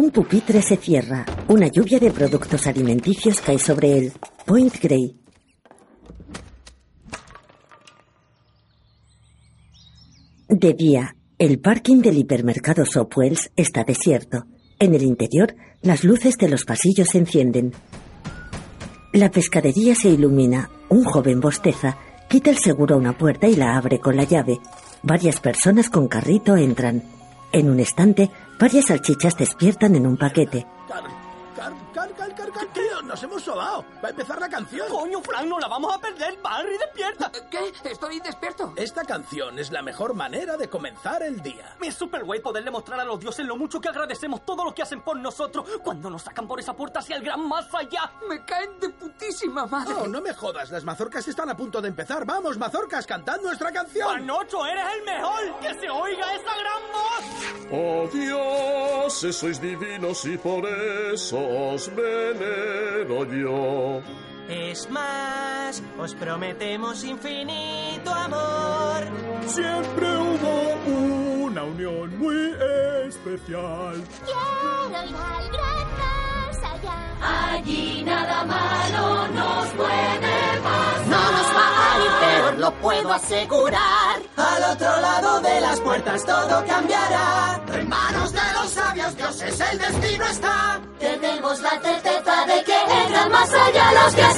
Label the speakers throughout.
Speaker 1: Un pupitre se cierra. Una lluvia de productos alimenticios cae sobre él. Point Grey. De día, el parking del hipermercado Sopwells está desierto. En el interior, las luces de los pasillos se encienden. La pescadería se ilumina. Un joven bosteza, quita el seguro a una puerta y la abre con la llave. Varias personas con carrito entran. En un estante, varias salchichas despiertan en un paquete.
Speaker 2: Car, car, car, car, car, car- tío, nos hemos sobado. Va a empezar la canción.
Speaker 3: Coño, Frank, no la vamos a perder. Barry, despierta.
Speaker 4: ¿Qué? Estoy despierto.
Speaker 2: Esta canción es la mejor manera de comenzar el día.
Speaker 3: Es súper guay poder demostrar a los dioses lo mucho que agradecemos todo lo que hacen por nosotros cuando nos sacan por esa puerta hacia el gran más allá.
Speaker 4: Me caen de putísima madre.
Speaker 2: No, no me jodas, las mazorcas están a punto de empezar. Vamos, mazorcas, cantad nuestra canción.
Speaker 3: Panocho, eres el mejor. Que se oiga esa gran voz.
Speaker 5: Oh dioses, sois divinos y por eso os venero yo.
Speaker 6: Es más, os prometemos infinito amor.
Speaker 7: Siempre hubo una unión muy e- especial.
Speaker 8: Quiero ir al gran más allá.
Speaker 9: Allí nada malo nos puede pasar.
Speaker 10: No nos va a ir peor, lo puedo asegurar.
Speaker 6: Al otro lado de las puertas todo cambiará.
Speaker 10: En manos de los sabios dioses el destino está.
Speaker 9: Tenemos la certeza de que eran más allá los que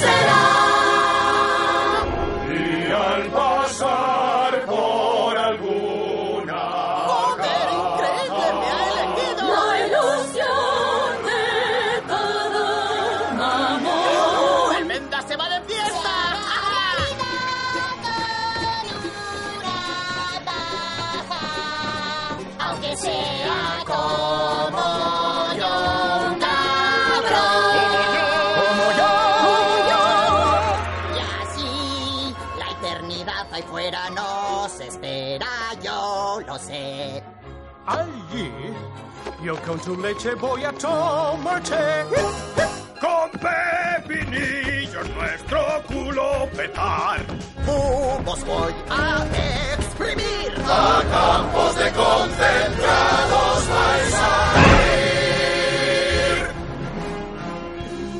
Speaker 9: serán.
Speaker 5: Y al pasar por alguna
Speaker 9: La ilusión de todo amor.
Speaker 8: Aunque sea como yo un
Speaker 10: Y así la eternidad ahí fuera nos espera, yo lo sé.
Speaker 7: Allí, yo con tu leche voy a tomarte.
Speaker 5: con pepinillos nuestro culo petar.
Speaker 10: Humos voy a exprimir.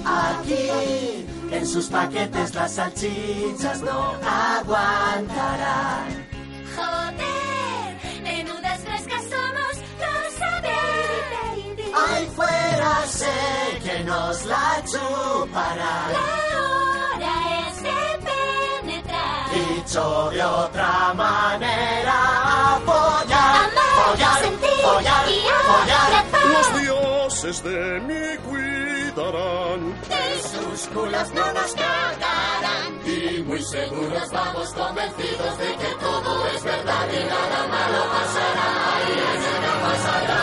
Speaker 6: Aquí, en sus paquetes las salchichas no aguantarán.
Speaker 9: Joder, menudas frescas somos los saberes.
Speaker 6: Ahí fuera sé que nos la chuparán.
Speaker 9: La hora es de penetrar.
Speaker 6: Dicho de otra manera, apoyar,
Speaker 9: Amar,
Speaker 6: apoyar,
Speaker 9: sentir
Speaker 6: apoyar,
Speaker 9: y
Speaker 6: apoyar.
Speaker 5: Los
Speaker 9: abrazar.
Speaker 5: dioses de mí cuidarán.
Speaker 6: Sus culos no nos cargarán.
Speaker 9: Y muy seguros vamos convencidos de que todo es verdad y nada malo pasará.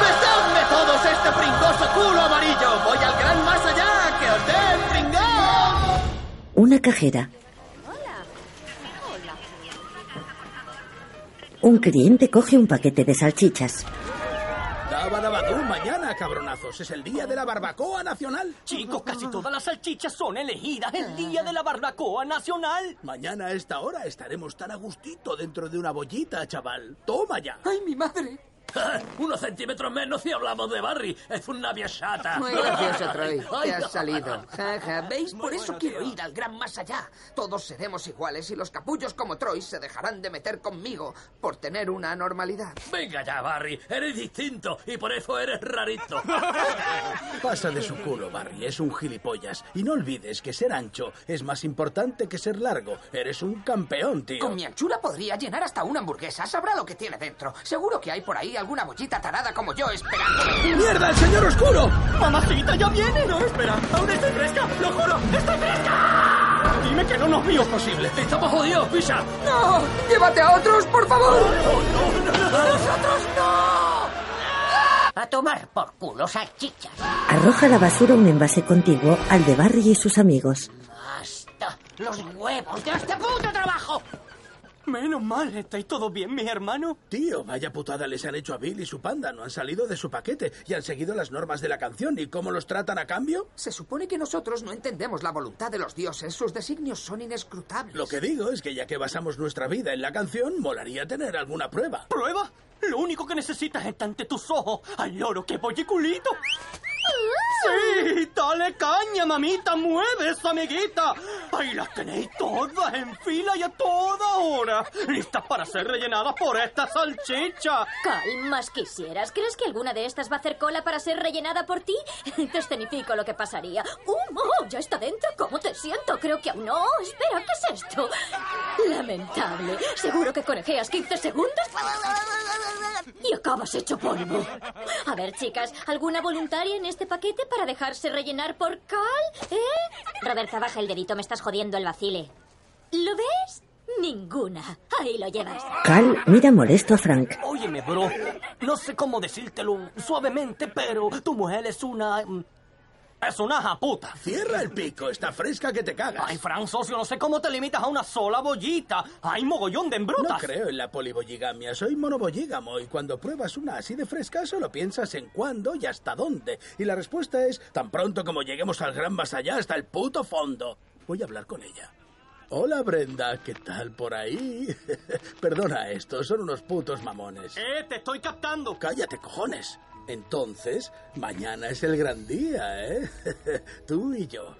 Speaker 3: Besadme todos este pringoso culo amarillo. Voy al gran más allá. Que os den pringao.
Speaker 1: Una cajera. Un cliente coge un paquete de salchichas.
Speaker 2: Daba, daba, tú, mañana, cabronazos. Es el día de la barbacoa nacional.
Speaker 3: Chicos, casi todas las salchichas son elegidas el día de la barbacoa nacional.
Speaker 2: Mañana a esta hora estaremos tan a gustito dentro de una bollita, chaval. Toma ya.
Speaker 4: Ay, mi madre.
Speaker 3: Eh, Unos centímetros menos si hablamos de Barry. Es un navia chata.
Speaker 4: Muy gracioso, Troy. Te has salido. Jaja, ¿veis? Por eso quiero ir al gran más allá. Todos seremos iguales y los capullos como Troy se dejarán de meter conmigo por tener una anormalidad.
Speaker 3: Venga ya, Barry. Eres distinto y por eso eres rarito.
Speaker 2: Pasa de su culo, Barry. Es un gilipollas. Y no olvides que ser ancho es más importante que ser largo. Eres un campeón, tío.
Speaker 4: Con mi anchura podría llenar hasta una hamburguesa. Sabrá lo que tiene dentro. Seguro que hay por ahí alguna bollita tarada como yo esperándome.
Speaker 2: ¡Mierda, el señor oscuro!
Speaker 3: ¡Mamacita, ya viene! No, espera. Aún estoy fresca. Lo juro. ¡Estoy fresca! Dime que no nos vio posible. Estamos jodidos, pisa.
Speaker 4: ¡No! ¡Llévate a otros, por favor!
Speaker 6: A tomar por culo salchichas.
Speaker 1: Arroja a la basura un envase contiguo al de Barry y sus amigos.
Speaker 6: Hasta los huevos de este puto trabajo.
Speaker 3: Menos mal. ¿Estáis todos bien, mis hermanos?
Speaker 2: Tío, vaya putada les han hecho a Bill y su panda. No han salido de su paquete y han seguido las normas de la canción. ¿Y cómo los tratan a cambio?
Speaker 4: Se supone que nosotros no entendemos la voluntad de los dioses. Sus designios son inescrutables.
Speaker 2: Lo que digo es que ya que basamos nuestra vida en la canción, molaría tener alguna prueba.
Speaker 3: ¿Prueba? Lo único que necesitas es ante tus ojos al loro que polliculito. ¡Sí! ¡Dale caña, mamita! ¡Mueve esa amiguita! ¡Ahí las tenéis todas en fila y a toda hora! ¡Listas para ser rellenadas por esta salchicha!
Speaker 8: Calmas quisieras. ¿Crees que alguna de estas va a hacer cola para ser rellenada por ti? Te escenifico lo que pasaría. ¡Uh! oh, ya está dentro. ¿Cómo te siento? Creo que aún no. Espera, ¿qué es esto? Lamentable. Seguro que conejeas 15 segundos y acabas hecho polvo. A ver, chicas, ¿alguna voluntaria en este paquete para dejarse rellenar por cal? ¿Eh?
Speaker 11: Roberta, baja el dedito, me estás jodiendo el vacile.
Speaker 8: ¿Lo ves? Ninguna. Ahí lo llevas.
Speaker 1: Cal mira molesto a Frank.
Speaker 12: Óyeme, bro. No sé cómo decírtelo suavemente, pero tu mujer es una. mm, Es una japuta.
Speaker 2: Cierra el pico, está fresca que te cagas.
Speaker 12: Ay, Fran, socio, no sé cómo te limitas a una sola bollita. Hay mogollón de embrutas.
Speaker 2: No creo en la polibolligamia, soy monobollígamo y cuando pruebas una así de fresca solo piensas en cuándo y hasta dónde. Y la respuesta es tan pronto como lleguemos al gran más allá hasta el puto fondo. Voy a hablar con ella. Hola Brenda, ¿qué tal por ahí? Perdona esto, son unos putos mamones.
Speaker 3: ¡Eh, te estoy captando!
Speaker 2: Cállate, cojones. Entonces, mañana es el gran día, ¿eh? Tú y yo.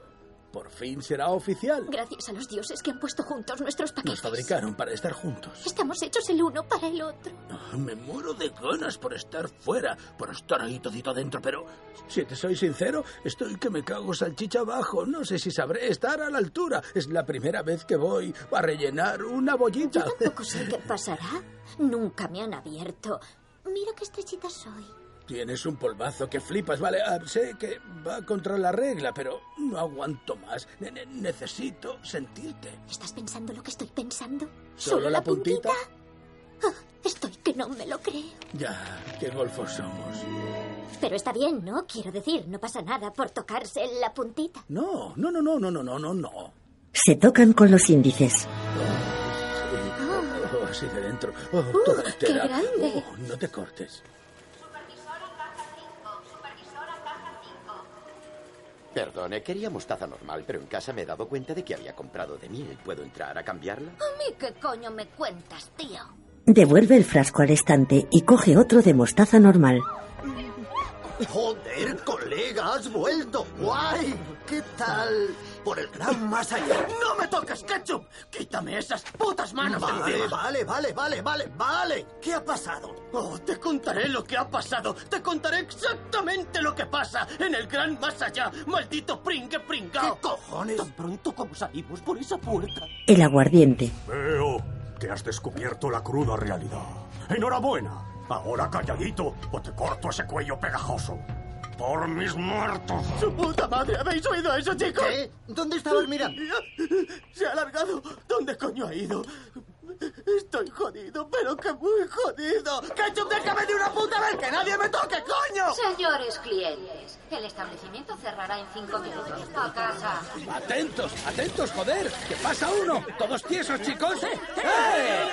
Speaker 2: Por fin será oficial.
Speaker 8: Gracias a los dioses que han puesto juntos nuestros paquetes.
Speaker 2: Nos fabricaron para estar juntos.
Speaker 8: Estamos hechos el uno para el otro.
Speaker 2: Oh, me muero de ganas por estar fuera, por estar ahí todito adentro, pero si te soy sincero, estoy que me cago salchicha abajo. No sé si sabré estar a la altura. Es la primera vez que voy a rellenar una bollita.
Speaker 8: Yo tampoco sé qué pasará. Nunca me han abierto. Mira qué estrechita soy.
Speaker 2: Tienes un polvazo que flipas, vale. Ah, sé que va contra la regla, pero no aguanto más. Ne -ne necesito sentirte.
Speaker 8: ¿Estás pensando lo que estoy pensando?
Speaker 2: ¿Solo, ¿Solo la puntita?
Speaker 8: puntita? Oh, estoy que no me lo creo.
Speaker 2: Ya, qué golfos somos.
Speaker 8: Pero está bien, ¿no? Quiero decir, no pasa nada por tocarse la puntita.
Speaker 2: No, no, no, no, no, no, no, no, no.
Speaker 1: Se tocan con los índices.
Speaker 8: Ah,
Speaker 2: Oh, oh, así de dentro.
Speaker 8: Uh,
Speaker 2: toda
Speaker 8: ¡Qué grande!
Speaker 2: Oh, no te cortes.
Speaker 6: Perdone, quería mostaza normal, pero en casa me he dado cuenta de que había comprado de miel. ¿Puedo entrar a cambiarla?
Speaker 11: ¿A mí qué coño me cuentas, tío?
Speaker 1: Devuelve el frasco al estante y coge otro de mostaza normal.
Speaker 13: Joder, colega, has vuelto. Guay. ¿Qué tal? Por el gran más allá.
Speaker 3: ¡No me toques, ketchup! ¡Quítame esas putas manos
Speaker 13: vale,
Speaker 3: de
Speaker 13: Vale, vale, vale, vale, vale. ¿Qué ha pasado?
Speaker 3: Oh, te contaré lo que ha pasado. Te contaré exactamente lo que pasa en el gran más allá. Maldito pringue pringao.
Speaker 13: ¿Qué cojones?
Speaker 12: Tan pronto como salimos por esa puerta.
Speaker 1: El aguardiente.
Speaker 7: Veo que has descubierto la cruda realidad. Enhorabuena. Ahora calladito o te corto ese cuello pegajoso. Por mis muertos.
Speaker 3: ¡Su puta madre! ¿Habéis oído eso, chicos?
Speaker 13: ¿Qué? ¿Dónde estabas mirando?
Speaker 3: Se ha alargado. ¿Dónde coño ha ido? Estoy jodido, pero que muy jodido. ¡Ketchup, déjame de una puta vez que nadie me toque, coño!
Speaker 11: Señores clientes, el establecimiento cerrará en cinco minutos. A casa.
Speaker 2: Atentos, atentos, joder. ¿Qué pasa uno? Todos tiesos, chicos. ¡Eh! ¡Eh!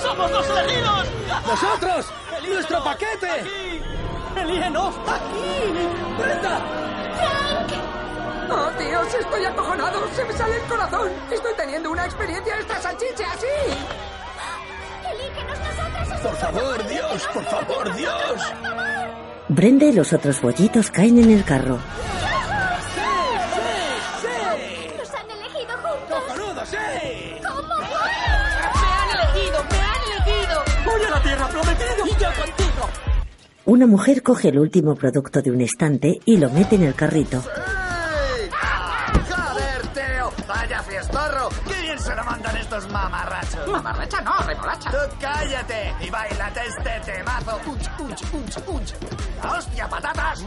Speaker 3: ¡Somos los elegidos!
Speaker 2: ¡Nosotros! ¡Nuestro paquete!
Speaker 3: Aquí. ¡Elígenos aquí!
Speaker 2: ¡Brenda!
Speaker 14: ¡Frank! ¡Oh, Dios! ¡Estoy acojonado! ¡Se me sale el corazón! ¡Estoy teniendo una experiencia esta salchicha así!
Speaker 15: ¡Elígenos nosotros!
Speaker 2: ¡Por favor, Dios! ¡Por favor, Dios!
Speaker 1: Brenda y los otros bollitos caen en el carro.
Speaker 2: ¡Sí, sí,
Speaker 15: sí! ¡Nos han elegido juntos!
Speaker 2: ¡Cojonudo, sí!
Speaker 15: ¿Cómo
Speaker 3: la tierra prometida!
Speaker 12: ¡Y yo contigo!
Speaker 1: Una mujer coge el último producto de un estante y lo mete en el carrito.
Speaker 13: ¡Sí! ¡Joder, Teo! ¡Vaya fiestorro! ¡Qué bien se lo mandan estos mamarrachos!
Speaker 14: ¡Mamarracha no, remolacha!
Speaker 13: ¡Tú cállate! ¡Y bailate este temazo! ¡Unch, unch, unch, unch! ¡Hostia, patatas!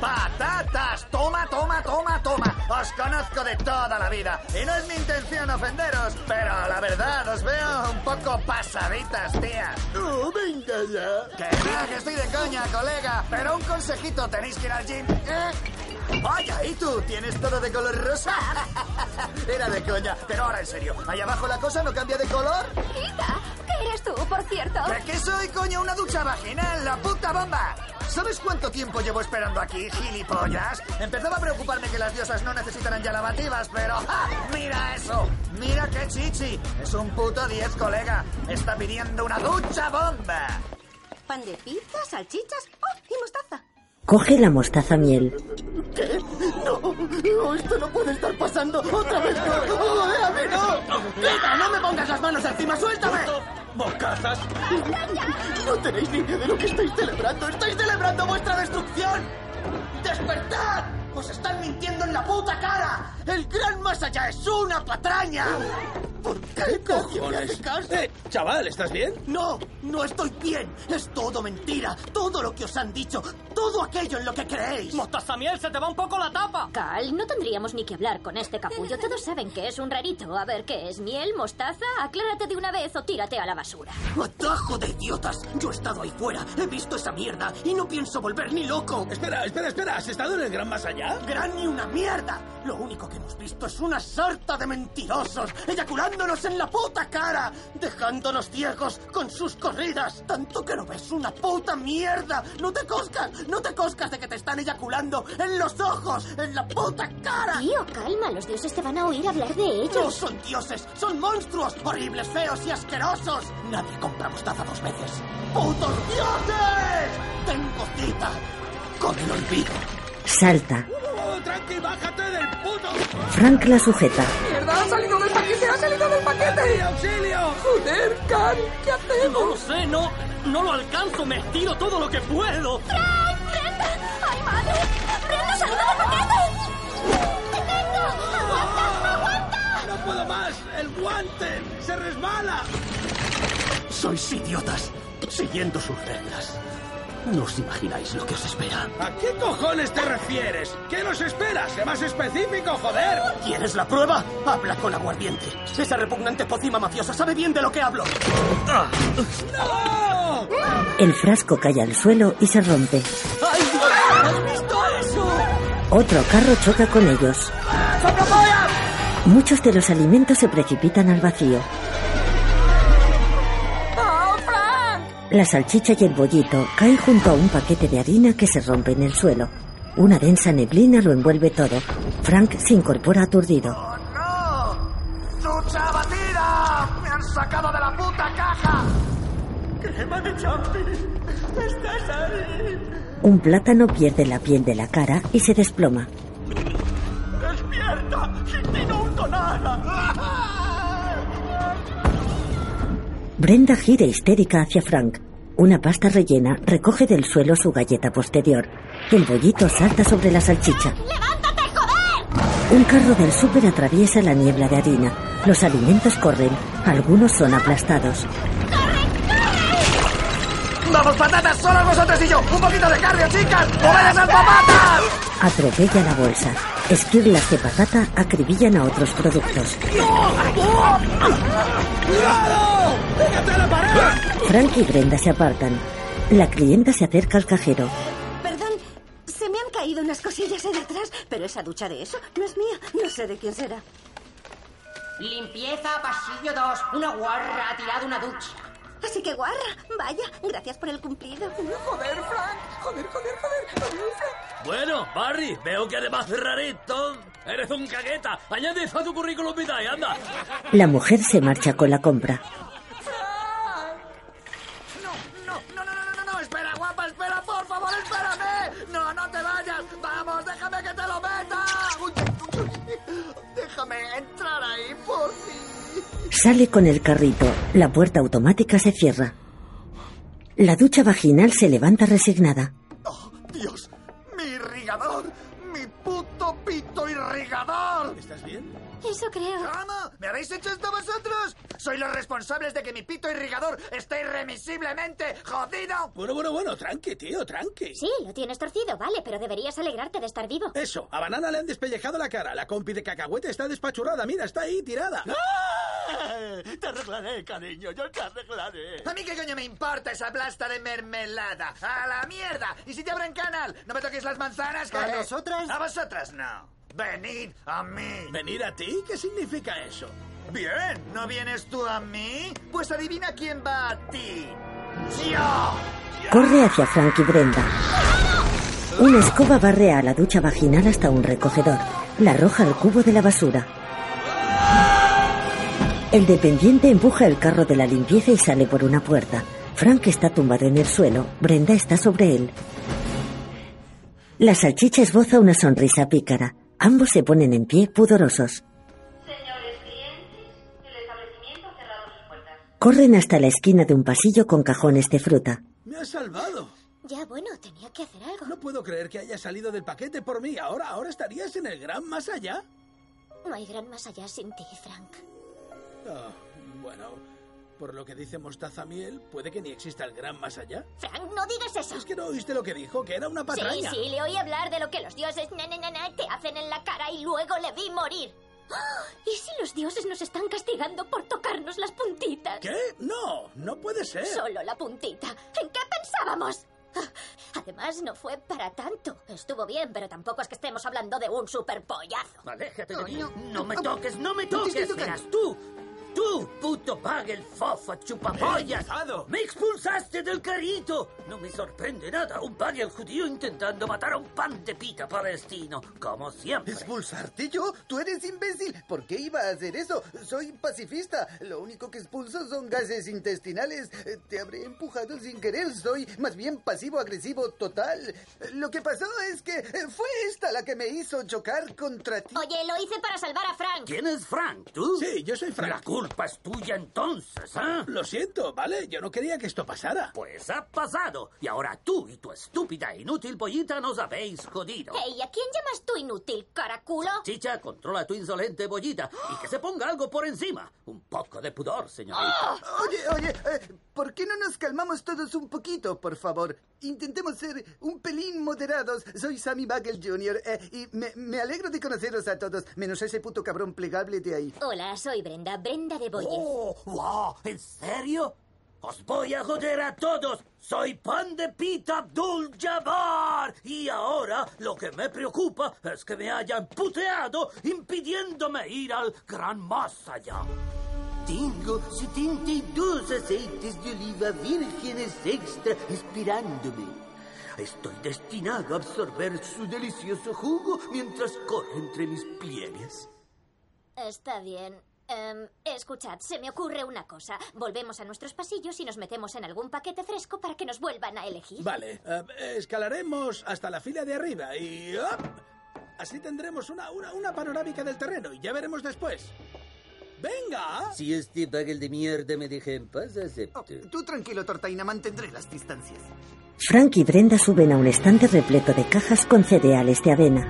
Speaker 13: ¡Patatas! ¡Toma, toma, toma, toma! Os conozco de toda la vida y no es mi intención ofenderos, pero la verdad os veo un poco pasaditas, tías.
Speaker 3: ¡Oh, venga ya!
Speaker 13: Que no, que estoy de coña, colega, pero un consejito tenéis que ir al gym. ¿Eh? Vaya, ¿y tú? ¿Tienes todo de color rosa? Era de coña, pero ahora en serio, ¿ahí abajo la cosa no cambia de color?
Speaker 15: ¡Quita! ¿Qué eres tú, por cierto?
Speaker 13: ¿Qué, qué soy, coño? ¿Una ducha vaginal? ¡La puta bomba! ¿Sabes cuánto tiempo llevo esperando aquí, gilipollas? Empezaba a preocuparme que las diosas no necesitaran ya lavativas, pero ¡ja! ¡Mira eso! ¡Mira qué chichi! Es un puto 10, colega. Está pidiendo una ducha bomba.
Speaker 16: pan de pizza, salchichas ¡oh! y mostaza.
Speaker 1: Coge la mostaza miel.
Speaker 16: ¿Qué? No, no, esto no puede estar pasando. Otra vez no. ¡Oh, déjame, no!
Speaker 3: ¡Quita! ¡No me pongas las manos encima! ¡Suéltame! ¡Bocazas!
Speaker 16: No tenéis ni idea de lo que estáis celebrando. ¡Estáis celebrando vuestra destrucción!
Speaker 3: ¡Despertad! ¡Os están mintiendo en la puta cara! ¡El gran más allá es una patraña! ¿Por qué cojones me hace caso?
Speaker 2: Eh, chaval, ¿estás bien?
Speaker 3: No, no estoy bien. Es todo mentira. Todo lo que os han dicho. Todo aquello en lo que creéis.
Speaker 17: Mostaza miel, se te va un poco la tapa.
Speaker 8: Cal, no tendríamos ni que hablar con este capullo. Todos saben que es un rarito. A ver, ¿qué es? ¿Miel? ¿Mostaza? Aclárate de una vez o tírate a la basura.
Speaker 3: ¡Atajo de idiotas! Yo he estado ahí fuera, he visto esa mierda y no pienso volver ni loco.
Speaker 2: Espera, espera, espera. ¿Has estado en el gran más allá?
Speaker 3: ¡Gran ni una mierda! Lo único que hemos visto es una sarta de mentirosos, eyaculándonos en la puta cara, dejándonos ciegos con sus corridas. Tanto que no ves una puta mierda. No te coscas, no te coscas de que te están eyaculando en los ojos, en la puta cara.
Speaker 8: Tío, calma, los dioses te van a oír hablar de
Speaker 3: No
Speaker 8: ellos.
Speaker 3: son dioses, son monstruos horribles, feos y asquerosos. Nadie compra mostaza dos veces. ¡Putos dioses! Tengo cita con el olvido.
Speaker 1: Salta.
Speaker 2: ¡Oh, tranqui, bájate del puto!
Speaker 1: Frank la sujeta.
Speaker 18: ¡Mierda! ¡Ha salido del paquete! ¡Ha salido del paquete!
Speaker 2: ¡Auxilio!
Speaker 18: ¡Joder, Can! ¿Qué hacemos?
Speaker 17: No lo sé, no, no lo alcanzo. Me estiro todo lo que puedo.
Speaker 9: ¡Ay, madre! ¡Brenda, salido del paquete! ¡Te tengo! ¡Aguanta, aguanta!
Speaker 2: ¡No puedo más! ¡El guante! ¡Se resbala!
Speaker 3: Sois idiotas, siguiendo sus reglas. No os imagináis lo que os espera.
Speaker 2: ¿A qué cojones te refieres? ¿Qué nos espera? ¡Sé más específico, joder!
Speaker 3: ¿Quieres la prueba? Habla con aguardiente. Esa repugnante pócima mafiosa sabe bien de lo que hablo. Ah.
Speaker 2: ¡No!
Speaker 1: El frasco cae al suelo y se rompe.
Speaker 3: ¡Ay, Dios! ¿Has visto eso?
Speaker 1: Otro carro choca con ellos. Muchos de los alimentos se precipitan al vacío.
Speaker 18: ¡Oh, Frank!
Speaker 1: La salchicha y el bollito caen junto a un paquete de harina que se rompe en el suelo. Una densa neblina lo envuelve todo. Frank se incorpora aturdido.
Speaker 13: ¡No! ¡Ducha batida! ¡Me han sacado de la puta caja!
Speaker 3: ¡Crema de champi! ¡Estás ahí!
Speaker 1: Un plátano pierde la piel de la cara y se desploma.
Speaker 3: ¡Despierta! ¡Te inhundo nada!
Speaker 1: Brenda gira histérica hacia Frank. Una pasta rellena recoge del suelo su galleta posterior. El bollito salta sobre la salchicha.
Speaker 9: ¡Levántate, joder!
Speaker 1: Un carro del súper atraviesa la niebla de harina. Los alimentos corren. Algunos son aplastados.
Speaker 13: ¡Vamos, patatas! ¡Solo vosotros y yo! ¡Un poquito de cardio, chicas! ¡Mover esas papatas!
Speaker 1: Atropella la bolsa. Esquirlas de patata acribillan a otros productos.
Speaker 2: ¡Cuidado! ¡Pégate a la pared!
Speaker 1: Frank y Brenda se apartan. La clienta se acerca al cajero.
Speaker 16: Perdón, se me han caído unas cosillas en atrás, pero esa ducha de eso no es mía. No sé de quién será.
Speaker 19: Limpieza, pasillo 2. Una guarra ha tirado una ducha.
Speaker 16: Así que guarra, vaya, gracias por el cumplido.
Speaker 18: ¡Joder, Frank! ¡Joder, joder, joder! ¡Joder, Frank!
Speaker 17: Bueno, Barry, veo que además cerraré todo. Eres un cagueta. Añade eso a tu currículum vitae, anda.
Speaker 1: La mujer se marcha con la compra.
Speaker 13: No, no, no, no, no, no, no, espera, guapa, espera, por favor, espérame. No, no te vayas. Vamos, déjame que te lo meta. Uy, uy, uy. Déjame entrar ahí, por fin.
Speaker 1: Sale con el carrito. La puerta automática se cierra. La ducha vaginal se levanta resignada.
Speaker 13: Oh, Dios, mi irrigador, mi puto pito irrigador.
Speaker 2: ¿Estás bien?
Speaker 9: Eso creo.
Speaker 13: ¿Cómo? ¿Me habéis hecho esto vosotros? Soy los responsables de que mi pito irrigador esté irremisiblemente jodido.
Speaker 2: Bueno, bueno, bueno, tranqui, tío, tranqui.
Speaker 8: Sí, lo tienes torcido, vale, pero deberías alegrarte de estar vivo.
Speaker 2: Eso, a Banana le han despellejado la cara. La compi de cacahuete está despachurada. Mira, está ahí tirada.
Speaker 3: ¡Ah! Te arreglaré, cariño, yo te arreglaré.
Speaker 13: A mí qué coño me importa esa plasta de mermelada. ¡A la mierda! ¿Y si te abren canal? ¿No me toquéis las manzanas? que-
Speaker 3: ¿A nosotras?
Speaker 13: A vosotras no. Venid a mí.
Speaker 2: ¿Venir a ti? ¿Qué significa eso?
Speaker 13: Bien, ¿no vienes tú a mí? Pues adivina quién va a ti. ¡Yo!
Speaker 1: Corre hacia Frank y Brenda. Una escoba barre a la ducha vaginal hasta un recogedor. La arroja al cubo de la basura. El dependiente empuja el carro de la limpieza y sale por una puerta. Frank está tumbado en el suelo. Brenda está sobre él. La salchicha esboza una sonrisa pícara. Ambos se ponen en pie, pudorosos. Corren hasta la esquina de un pasillo con cajones de fruta.
Speaker 2: ¡Me has salvado!
Speaker 8: Ya bueno, tenía que hacer algo.
Speaker 2: No puedo creer que hayas salido del paquete por mí. Ahora, ahora estarías en el gran más allá.
Speaker 8: No hay gran más allá sin ti, Frank.
Speaker 2: Ah, bueno, por lo que dice Mostaza Miel, puede que ni exista el gran más allá.
Speaker 8: Frank, no digas eso.
Speaker 2: Es que no oíste lo que dijo, que era una
Speaker 8: Sí,
Speaker 2: patraña.
Speaker 8: sí, le oí hablar de lo que los dioses na, na, na, na, te hacen en la cara y luego le vi morir. ¡Ah! ¿Y si los dioses nos están castigando por tocarnos las puntitas?
Speaker 2: ¿Qué? No, no puede ser.
Speaker 8: Solo la puntita. ¿En qué pensábamos? Ah, Además, no fue para tanto. Estuvo bien, pero tampoco es que estemos hablando de un superpollazo.
Speaker 3: Aléjate
Speaker 8: de mí.
Speaker 3: No me toques, no me
Speaker 8: No te estoy
Speaker 3: toques.
Speaker 8: tocando.
Speaker 3: Verás tú. Tú, puto bagel fofo
Speaker 17: Eh,
Speaker 3: chupapollas. ¡Me expulsaste del carrito! No me sorprende nada. Un bagel judío intentando matar a un pan de pita palestino. Como siempre.
Speaker 20: ¿Expulsarte yo? ¡Tú eres imbécil! ¿Por qué iba a hacer eso? Soy pacifista. Lo único que expulso son gases intestinales. Eh, Te habré empujado sin querer. Soy más bien pasivo-agresivo total. Eh, Lo que pasó es que eh, fue esta la que me hizo chocar contra ti.
Speaker 8: Oye, lo hice para salvar a Frank.
Speaker 3: ¿Quién es Frank? ¿Tú?
Speaker 2: Sí, yo soy Frank.
Speaker 3: La culpa es tuya entonces, ¿ah?
Speaker 2: Lo siento, ¿vale? Yo no quería que esto pasara.
Speaker 3: Pues ha pasado. Y ahora tú y tu estúpida e inútil pollita nos habéis jodido.
Speaker 8: Hey, ¿a quién llamas tú inútil, caraculo?
Speaker 3: Chicha, controla tu insolente bollita y que se ponga algo por encima. Un poco de pudor,
Speaker 20: Oh.
Speaker 3: señorita.
Speaker 20: Oye, oye, eh, ¿por qué no nos calmamos todos un poquito, por favor? Intentemos ser un pelín moderados. Soy Sammy Bagel Jr. eh, y me, me alegro de conoceros a todos, menos a ese puto cabrón plegable de ahí.
Speaker 8: Hola, soy Brenda, Brenda de Boyes.
Speaker 3: ¡Oh! ¡Wow! ¿En serio? ¡Os voy a joder a todos! ¡Soy pan de pita Abdul Jabbar! Y ahora lo que me preocupa es que me hayan puteado impidiéndome ir al gran más allá.
Speaker 21: Tengo 72 aceites de oliva vírgenes extra esperándome.
Speaker 3: Estoy destinado a absorber su delicioso jugo mientras corre entre mis pliegues.
Speaker 22: Está bien. Em, escuchad, se me ocurre una cosa. Volvemos a nuestros pasillos y nos metemos en algún paquete fresco para que nos vuelvan a elegir.
Speaker 2: Vale, eh, escalaremos hasta la fila de arriba y... ¡op! Así tendremos una, una, una panorámica del terreno y ya veremos después. ¡Venga!
Speaker 21: Si este bagel de mierda me deja en paz, acepto.
Speaker 20: Oh, Tú tranquilo, Tortaina, mantendré las distancias.
Speaker 1: Frank y Brenda suben a un estante repleto de cajas con cereales de avena.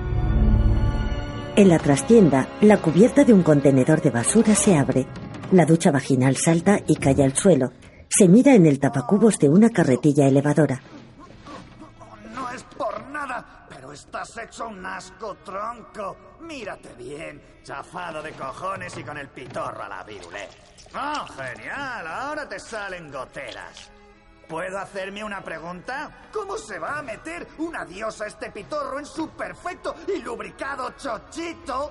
Speaker 1: En la trastienda, la cubierta de un contenedor de basura se abre. La ducha vaginal salta y cae al suelo. Se mira en el tapacubos de una carretilla elevadora.
Speaker 13: No es por nada, pero estás hecho un asco tronco. Mírate bien, chafado de cojones y con el pitorro a la virule. ¡Oh, genial! Ahora te salen goteras. ¿Puedo hacerme una pregunta? ¿Cómo se va a meter una diosa este pitorro en su perfecto y lubricado chochito?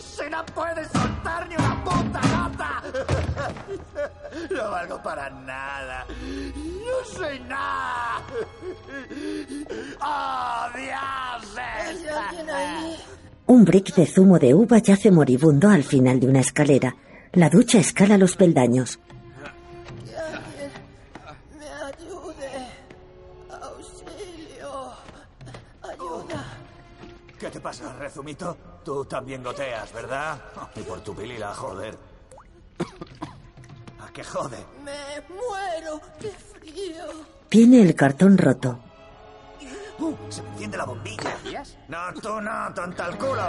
Speaker 13: ¡Se no puede soltar ni una puta gata! No valgo para nada. ¡No soy nada! ¡Oh, dioses!
Speaker 1: Un brick de zumo de uva yace moribundo al final de una escalera. La ducha escala los peldaños.
Speaker 23: Me ayude. Auxilio. Ayuda.
Speaker 13: ¿Qué te pasa, Rezumito? Tú también goteas, ¿verdad? Y por tu pilila, joder. ¿A qué jode?
Speaker 23: Me muero de frío.
Speaker 1: Tiene el cartón roto.
Speaker 13: Uh, se me enciende la bombilla. No, tú no, tonta al culo.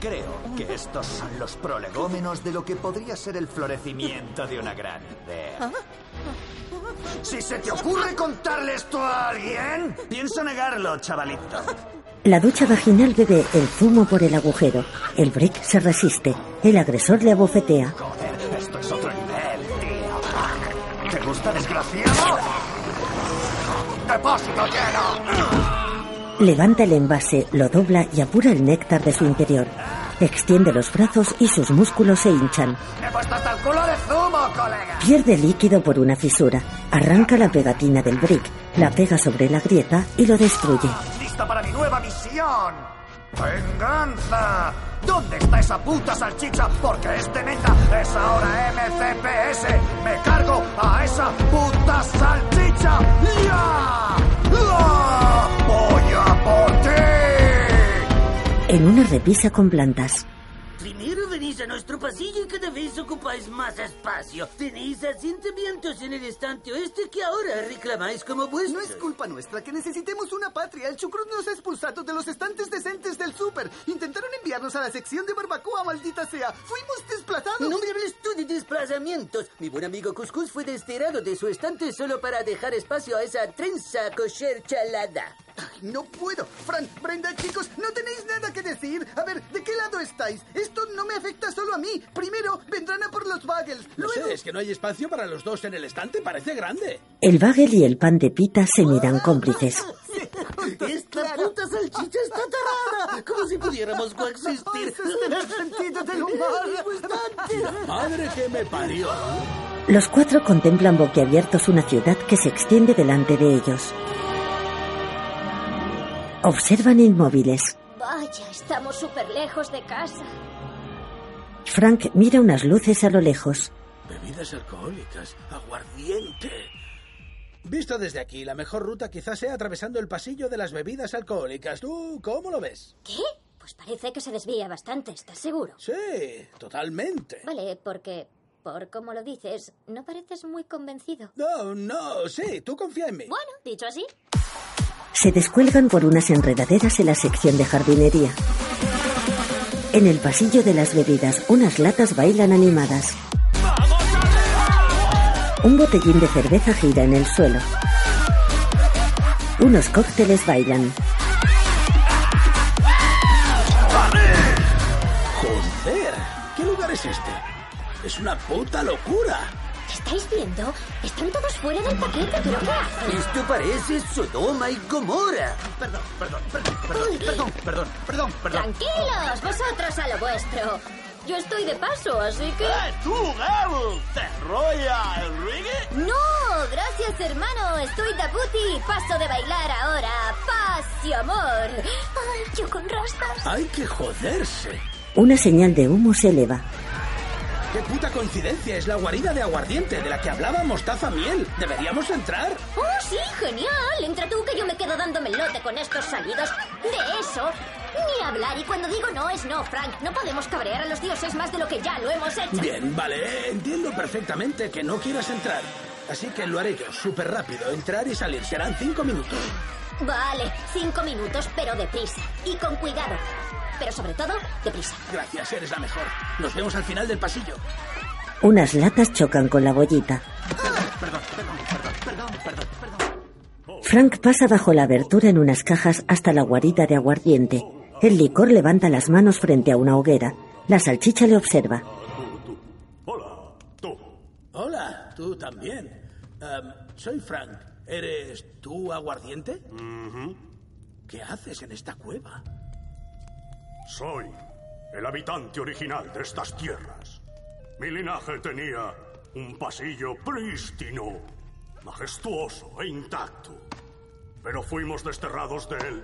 Speaker 13: Creo que estos son los prolegómenos de lo que podría ser el florecimiento de una grande. Si se te ocurre contarle esto a alguien, pienso negarlo, chavalito.
Speaker 1: La ducha vaginal bebe el zumo por el agujero. El brick se resiste. El agresor le abofetea.
Speaker 13: Esto es otro nivel, tío. ¿Te gusta, desgraciado? ¡Depósito lleno!
Speaker 1: Levanta el envase, lo dobla y apura el néctar de su interior. Extiende los brazos y sus músculos se hinchan.
Speaker 13: ¡Me he puesto hasta el culo de zumo, colega!
Speaker 1: Pierde líquido por una fisura. Arranca la pegatina del brick, la pega sobre la grieta y lo destruye.
Speaker 13: ¡Listo para mi nueva misión! ¡Venganza! ¿Dónde está esa puta salchicha? Porque es tremenda. Es ahora MCPS. Me cargo a esa puta salchicha. ¡Ya! ¡Ah! ¡Voy a por ti!
Speaker 1: En una repisa con plantas,
Speaker 24: Primero venís a nuestro pasillo y cada vez ocupáis más espacio. Tenéis asentamientos en el estante oeste que ahora reclamáis como vuestro.
Speaker 20: No es culpa nuestra que necesitemos una patria. El chucrut nos ha expulsado de los estantes decentes del súper. Intentaron enviarnos a la sección de barbacoa, maldita sea. Fuimos desplazados.
Speaker 25: No me hables tú de desplazamientos. Mi buen amigo Cuscus fue desterrado de su estante solo para dejar espacio a esa trenza kosher chalada.
Speaker 20: No puedo. Fran, Brenda, chicos, no tenéis nada que decir. A ver, ¿de qué lado estáis? Esto no me afecta solo a mí. Primero vendrán a por los bagels.
Speaker 2: No
Speaker 20: Luego...
Speaker 2: sé, es que no hay espacio para los dos en el estante, parece grande.
Speaker 1: el bagel y el pan de pita se miran cómplices.
Speaker 24: Esta puta salchicha está tarada, como si pudiéramos coexistir.
Speaker 20: el sentido del humor.
Speaker 2: Madre que me parió.
Speaker 1: Los cuatro contemplan boquiabiertos una ciudad que se extiende delante de ellos. Observan inmóviles.
Speaker 8: Vaya, estamos súper lejos de casa.
Speaker 1: Frank mira unas luces a lo lejos.
Speaker 2: Bebidas alcohólicas, aguardiente. Visto desde aquí, la mejor ruta quizás sea atravesando el pasillo de las bebidas alcohólicas. ¿Tú cómo lo ves?
Speaker 8: ¿Qué? Pues parece que se desvía bastante, ¿estás seguro?
Speaker 2: Sí, totalmente.
Speaker 8: Vale, porque, por como lo dices, no pareces muy convencido.
Speaker 2: No, no, sí, tú confía en mí.
Speaker 8: Bueno, dicho así,
Speaker 1: Se descuelgan por unas enredaderas en la sección de jardinería. En el pasillo de las bebidas, unas latas bailan animadas. Un botellín de cerveza gira en el suelo. Unos cócteles bailan.
Speaker 2: ¡Joder! ¿Qué lugar es este? Es una puta locura.
Speaker 8: ¿estáis viendo? Están todos fuera del paquete, pero ¿qué hacen?
Speaker 25: Esto parece Sodoma y Gomorra. Perdón, perdón, perdón,
Speaker 8: Uy.
Speaker 25: perdón, perdón, perdón,
Speaker 8: Tranquilos, vosotros a lo vuestro. Yo estoy de paso, así que...
Speaker 3: ¡Eh, tú, Gabo! ¿Te rolla el reggae?
Speaker 8: No, gracias hermano, estoy Dabuti, paso de bailar ahora, paz y amor. Ay, yo con rastas.
Speaker 2: Hay que joderse.
Speaker 1: Una señal de humo se eleva.
Speaker 2: ¡Qué puta coincidencia! Es la guarida de aguardiente de la que hablaba Mostaza Miel. Deberíamos entrar.
Speaker 8: Oh, sí, genial. Entra tú que yo me quedo dándome el lote con estos salidos. De eso, ni hablar. Y cuando digo no es no, Frank. No podemos cabrear a los dioses más de lo que ya lo hemos hecho.
Speaker 2: Bien, vale, entiendo perfectamente que no quieras entrar. Así que lo haré yo, súper rápido. Entrar y salir serán cinco minutos.
Speaker 8: Vale, cinco minutos, pero deprisa. Y con cuidado. Pero sobre todo, deprisa.
Speaker 2: Gracias, eres la mejor. Nos vemos al final del pasillo.
Speaker 1: Unas latas chocan con la bollita. Frank pasa bajo la abertura en unas cajas hasta la guarida de aguardiente. El licor levanta las manos frente a una hoguera. La salchicha le observa.
Speaker 2: Hola, tú también. Am, soy Frank. ¿Eres tú aguardiente? ¿Qué haces en esta cueva?
Speaker 7: Soy el habitante original de estas tierras. Mi linaje tenía un pasillo prístino, majestuoso e intacto. Pero fuimos desterrados de él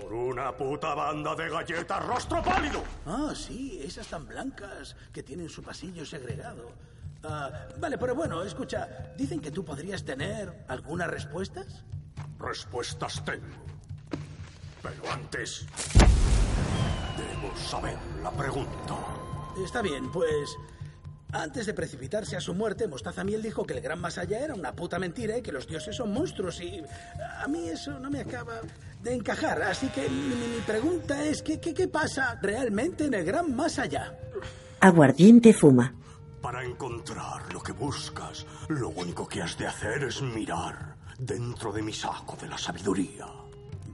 Speaker 7: por una puta banda de galletas rostro pálido.
Speaker 2: Ah, sí, esas tan blancas que tienen su pasillo segregado. Ah, vale, pero bueno, escucha, dicen que tú podrías tener algunas respuestas.
Speaker 7: Respuestas tengo. Pero antes, debo saber la pregunta.
Speaker 2: Está bien, pues... Antes de precipitarse a su muerte, Mostaza Miel dijo que el gran más allá era una puta mentira y que los dioses son monstruos y... A mí eso no me acaba de encajar, así que mi, mi- mi pregunta es, ¿qué, qué, qué pasa realmente en el gran más allá?
Speaker 1: Aguardiente fuma.
Speaker 7: Para encontrar lo que buscas, lo único que has de hacer es mirar dentro de mi saco de la sabiduría.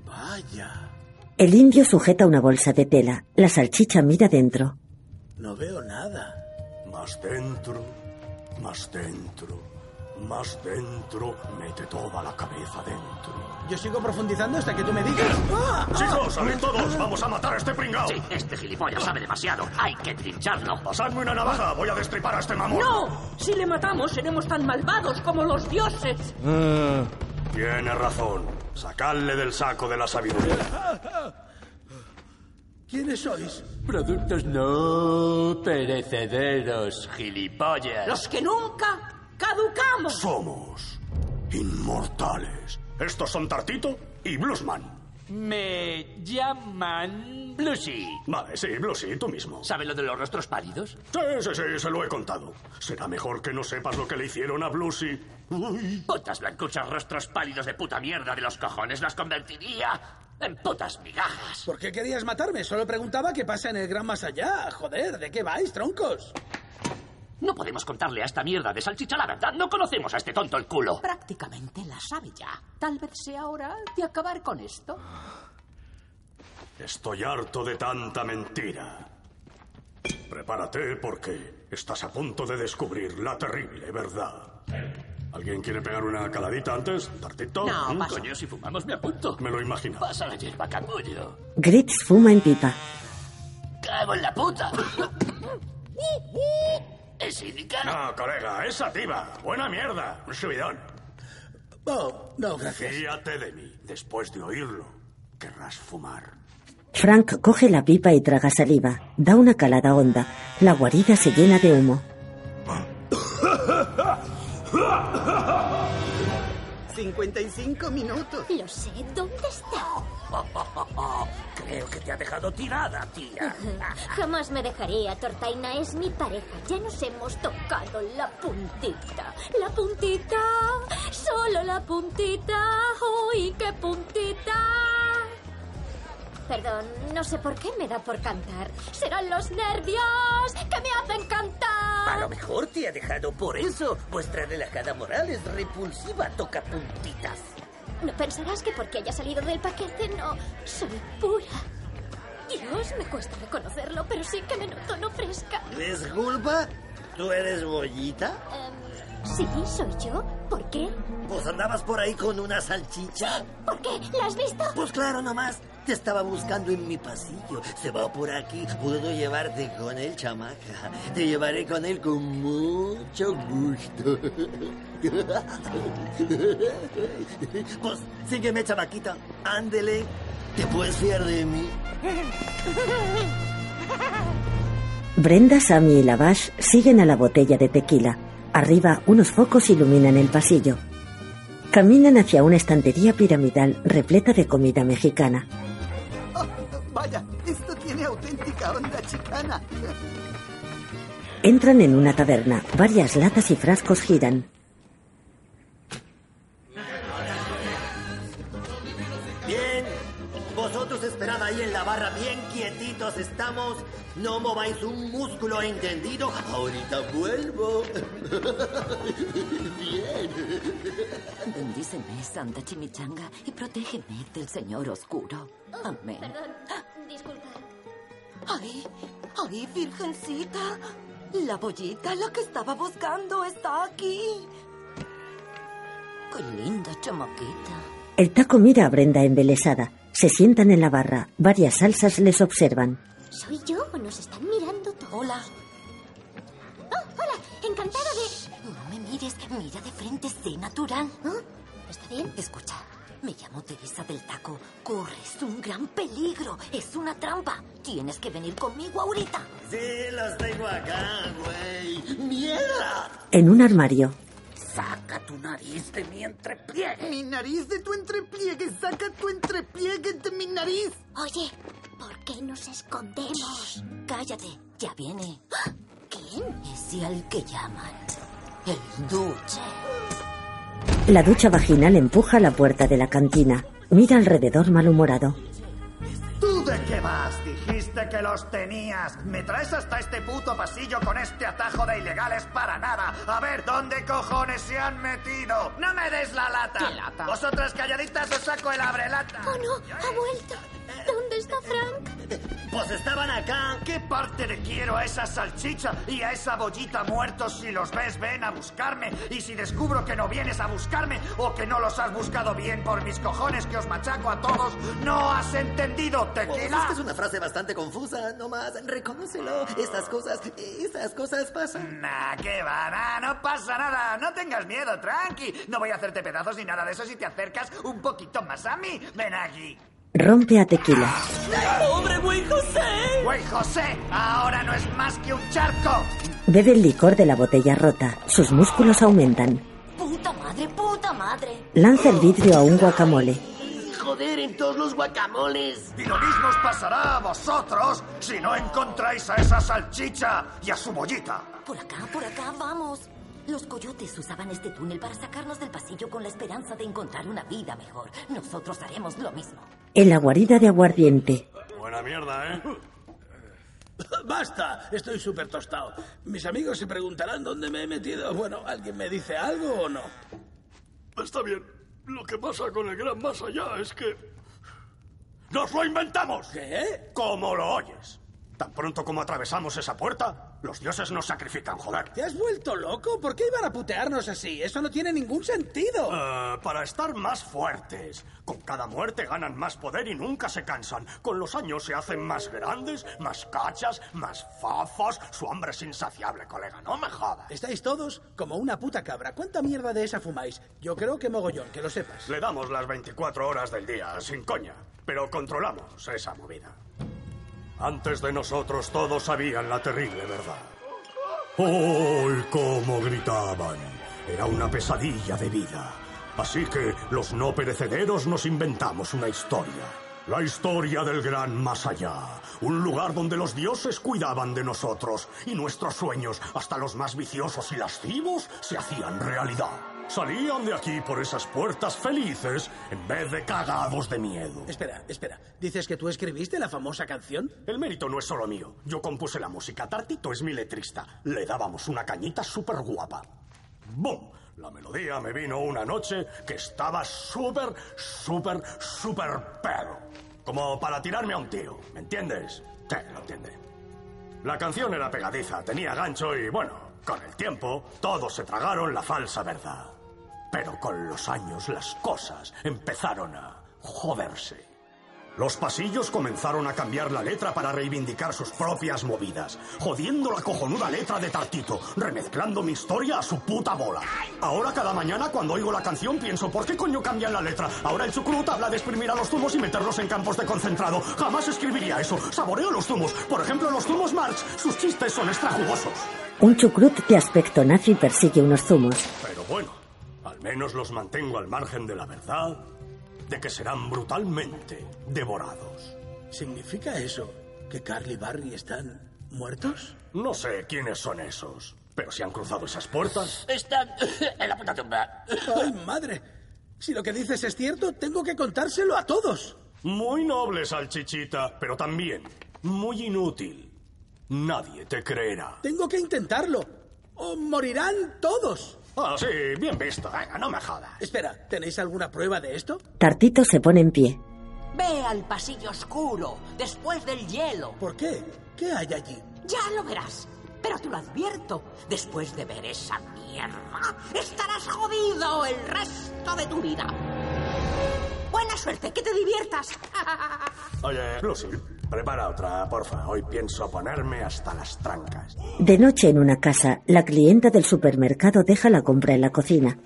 Speaker 2: Vaya,
Speaker 1: El indio sujeta una bolsa de tela. La salchicha mira dentro.
Speaker 2: no veo nada.
Speaker 7: Más dentro, más dentro, más dentro, mete toda la cabeza dentro.
Speaker 2: Yo sigo profundizando hasta que tú me digas... ¡Ah!
Speaker 7: Chicos, a ver todos, vamos a matar a este pringao.
Speaker 2: Sí,
Speaker 13: este gilipollas sabe demasiado. Hay que trincharlo.
Speaker 7: Pasadme una navaja, voy a destripar a este mamón.
Speaker 26: ¡No! Si le matamos, seremos tan malvados como los dioses.
Speaker 7: Ah.
Speaker 24: Ah,
Speaker 7: Tiene razón. Sacadle del saco de la sabiduría.
Speaker 2: ¿Quiénes sois?
Speaker 27: Productos no perecederos, gilipollas.
Speaker 4: Los que nunca caducamos.
Speaker 7: Somos inmortales. Estos son Tartito y Bluesman.
Speaker 27: Me llaman Bluesy.
Speaker 7: Vale, sí, Bluesy, tú mismo.
Speaker 27: ¿Sabes lo de los rostros pálidos?
Speaker 7: Sí, sí, sí, se lo he contado. Será mejor que no sepas lo que le hicieron a Bluesy.
Speaker 28: Putas blancuchas, rostros pálidos de puta mierda de los cojones, las convertiría en putas migajas.
Speaker 2: ¿Por qué querías matarme? Solo preguntaba qué pasa en el gran más allá. Joder, ¿de qué vais, troncos?
Speaker 28: No podemos contarle a esta mierda de salchicha la verdad. No conocemos a este tonto el culo.
Speaker 4: Prácticamente la sabe ya. Tal vez sea hora de acabar con esto.
Speaker 7: Estoy harto de tanta mentira. Prepárate porque estás a punto de descubrir la terrible verdad. ¿Alguien quiere pegar una caladita antes, Tartito?
Speaker 28: No,
Speaker 7: ¿Mm?
Speaker 28: paso.
Speaker 7: Coño,
Speaker 28: si fumamos me apunto.
Speaker 7: Me lo imagino.
Speaker 28: Pasa la hierba, capullo.
Speaker 1: Gritz fuma en pipa.
Speaker 28: ¡Cago en la puta! ¿Es indica?
Speaker 7: No, colega, es sativa. Buena mierda. Un subidón.
Speaker 2: Oh, no, gracias.
Speaker 7: Fíate de mí. Después de oírlo, querrás fumar.
Speaker 1: Frank coge la pipa y traga saliva. Da una calada honda. La guarida se llena de humo.
Speaker 20: ¡55 minutos!
Speaker 8: Lo sé, ¿dónde está?
Speaker 28: Creo que te ha dejado tirada, tía.
Speaker 8: Jamás me dejaría, Tortaina es mi pareja. Ya nos hemos tocado la puntita. La puntita, solo la puntita. ¡Uy, qué puntita! Perdón, no sé por qué me da por cantar. Serán los nervios que me hacen
Speaker 28: A
Speaker 8: cantar.
Speaker 28: lo mejor te ha dejado por eso. Vuestra relajada moral es repulsiva, toca puntitas.
Speaker 8: No pensarás que porque haya salido del paquete no soy pura. Dios, me cuesta reconocerlo, pero sí que me noto no fresca.
Speaker 3: Disculpa, ¿tú eres bollita?
Speaker 8: Em, Sí, soy yo. ¿Por qué?
Speaker 3: Pues andabas por ahí con una salchicha.
Speaker 8: ¿Por qué? ¿La has visto?
Speaker 3: Pues claro, nomás. Te estaba buscando en mi pasillo. Se va por aquí. Puedo llevarte con él, chamaca. Te llevaré con él con mucho gusto. Pues sígueme, chamaquita. Ándele. Te puedes fiar de mí.
Speaker 1: Brenda, Sammy y Lavash siguen a la botella de tequila. Arriba, unos focos iluminan el pasillo. Caminan hacia una estantería piramidal repleta de comida mexicana.
Speaker 20: Oh, vaya, esto tiene auténtica onda chicana.
Speaker 1: Entran en una taberna. Varias latas y frascos giran.
Speaker 3: Bien, vosotros esperad ahí en la barra, bien quietitos estamos. No mováis un músculo, ¿entendido? Ahorita vuelvo. bien.
Speaker 16: Bendíceme, Santa Chimichanga, y protégeme del Señor Oscuro. Amén.
Speaker 8: Perdón, disculpa.
Speaker 16: ¡Ay! ¡Ay, Virgencita! La bollita, la que estaba buscando, está aquí. ¡Qué linda chamaquita!
Speaker 1: El taco mira a Brenda embelesada. Se sientan en la barra. Varias salsas les observan.
Speaker 8: ¿Soy yo o nos están mirando todos? Hola. Oh, hola, encantada de...
Speaker 16: No me mires, mira de frente, sé natural.
Speaker 8: Oh,
Speaker 16: ¿Está bien? Escucha, me llamo Teresa del Taco. Corres un gran peligro, es una trampa. Tienes que venir conmigo ahorita.
Speaker 3: Sí, los tengo acá, güey. ¡Mierda!
Speaker 1: En un armario.
Speaker 3: Saca tu nariz de mi
Speaker 20: Entrepliegue. Mi nariz de tu entrepliegue. Saca tu entrepliegue de mi nariz.
Speaker 8: Oye, ¿por qué nos escondemos?
Speaker 16: Cállate, ya viene. ¿Quién? Es el que llaman. El duche.
Speaker 1: La ducha vaginal empuja la puerta de la cantina. Mira alrededor malhumorado.
Speaker 13: ¿Tú de qué vas? Dijiste que los tenías. Me traes hasta este puto pasillo con este atajo de ilegales para nada. A ver, ¿dónde cojones se han metido? ¡No me des la lata!
Speaker 3: ¿Qué lata?
Speaker 13: Vosotras calladitas os saco el abrelata.
Speaker 8: ¡Oh, no! ¡Ha vuelto! ¿Dónde está Frank?
Speaker 13: Pues estaban acá. ¿Qué parte le quiero a esa salchicha y a esa bollita muertos? Si los ves, ven a buscarme. Y si descubro que no vienes a buscarme o que no los has buscado bien por mis cojones que os machaco a todos, no has entendido,
Speaker 3: Pues
Speaker 13: tequila.
Speaker 3: es que es una frase bastante confusa, nomás. Reconócelo. Estas cosas, estas cosas pasan.
Speaker 13: Nah, qué va, nah, no pasa nada. No tengas miedo, tranqui. No voy a hacerte pedazos ni nada de eso si te acercas un poquito más a mí. Ven aquí.
Speaker 1: Rompe a tequila.
Speaker 13: ¡Pobre güey José! ¡Güey José! ¡Ahora no es más que un charco!
Speaker 1: Bebe el licor de la botella rota. Sus músculos aumentan.
Speaker 16: Puta madre, puta madre.
Speaker 1: Lanza el vidrio a un guacamole.
Speaker 13: Joder, en todos los guacamoles. Y lo mismo os pasará a vosotros si no encontráis a esa salchicha y a su bollita.
Speaker 16: Por acá, por acá, vamos. Los coyotes usaban este túnel para sacarnos del pasillo con la esperanza de encontrar una vida mejor. Nosotros haremos lo mismo.
Speaker 1: En la guarida de aguardiente.
Speaker 2: Buena mierda, ¿eh? ¡Basta! Estoy súper tostado. Mis amigos se preguntarán dónde me he metido. Bueno, ¿alguien me dice algo o no?
Speaker 7: Está bien. Lo que pasa con el gran más allá es que... ¡Nos lo inventamos!
Speaker 2: ¿Qué?
Speaker 7: ¿Cómo lo oyes? Tan pronto como atravesamos esa puerta, los dioses nos sacrifican, joder.
Speaker 2: ¿Te has vuelto loco? ¿Por qué iban a putearnos así? Eso no tiene ningún sentido.
Speaker 7: Ah, para estar más fuertes. Con cada muerte ganan más poder y nunca se cansan. Con los años se hacen más grandes, más cachas, más fafos. Su hambre es insaciable, colega. No me jodas.
Speaker 2: Estáis todos como una puta cabra. ¿Cuánta mierda de esa fumáis? Yo creo que mogollón, que lo sepas.
Speaker 7: Le damos las 24 horas del día, sin coña. Pero controlamos esa movida. Antes de nosotros todos sabían la terrible verdad. ¡Ay, cómo gritaban! Era una pesadilla de vida. Así que los no perecederos nos inventamos una historia. La historia del gran más allá. Un lugar donde los dioses cuidaban de nosotros y nuestros sueños, hasta los más viciosos y lascivos, se hacían realidad. Salían de aquí por esas puertas felices en vez de cagados de miedo.
Speaker 2: Espera, espera. ¿Dices que tú escribiste la famosa canción?
Speaker 7: El mérito no es solo mío. Yo compuse la música. Tartito es mi letrista. Le dábamos una cañita súper guapa. ¡Bum! La melodía me vino una noche que estaba súper, súper, súper perro. Como para tirarme a un tío. ¿Me entiendes? Sí, lo entiende. La canción era pegadiza, tenía gancho y bueno, con el tiempo todos se tragaron la falsa verdad. Pero con los años las cosas empezaron a joderse. Los pasillos comenzaron a cambiar la letra para reivindicar sus propias movidas, jodiendo la cojonuda letra de Tartito, remezclando mi historia a su puta bola. Ahora cada mañana cuando oigo la canción pienso, ¿por qué coño cambian la letra? Ahora el chucrut habla de exprimir a los zumos y meterlos en campos de concentrado. Jamás escribiría eso. Saboreo los zumos. Por ejemplo, los zumos March. Sus chistes son extra jugosos.
Speaker 1: Un chucrut de aspecto nazi persigue unos zumos.
Speaker 7: Pero bueno, al menos los mantengo al margen de la verdad de que serán brutalmente devorados.
Speaker 2: ¿Significa eso que Carly y Barry están muertos?
Speaker 7: No sé quiénes son esos, pero si han cruzado esas puertas...
Speaker 29: Está en la puta tumba.
Speaker 2: ¡Ay, madre! Si lo que dices es cierto, tengo que contárselo a todos.
Speaker 7: Muy noble, salchichita, pero también muy inútil. Nadie te creerá.
Speaker 2: Tengo que intentarlo. O morirán todos.
Speaker 7: Ah, sí, bien visto. Venga, no me jodas.
Speaker 2: Espera, ¿tenéis alguna prueba de esto?
Speaker 1: Tartito se pone en pie.
Speaker 4: Ve al pasillo oscuro, después del hielo.
Speaker 2: ¿Por qué? ¿Qué hay allí?
Speaker 4: Ya lo verás. Pero te lo advierto, después de ver esa mierda, estarás jodido el resto de tu vida. Buena suerte, que te diviertas.
Speaker 7: Oye, Lucy, prepara otra, porfa. Hoy pienso ponerme hasta las trancas.
Speaker 1: De noche en una casa, la clienta del supermercado deja la compra en la cocina.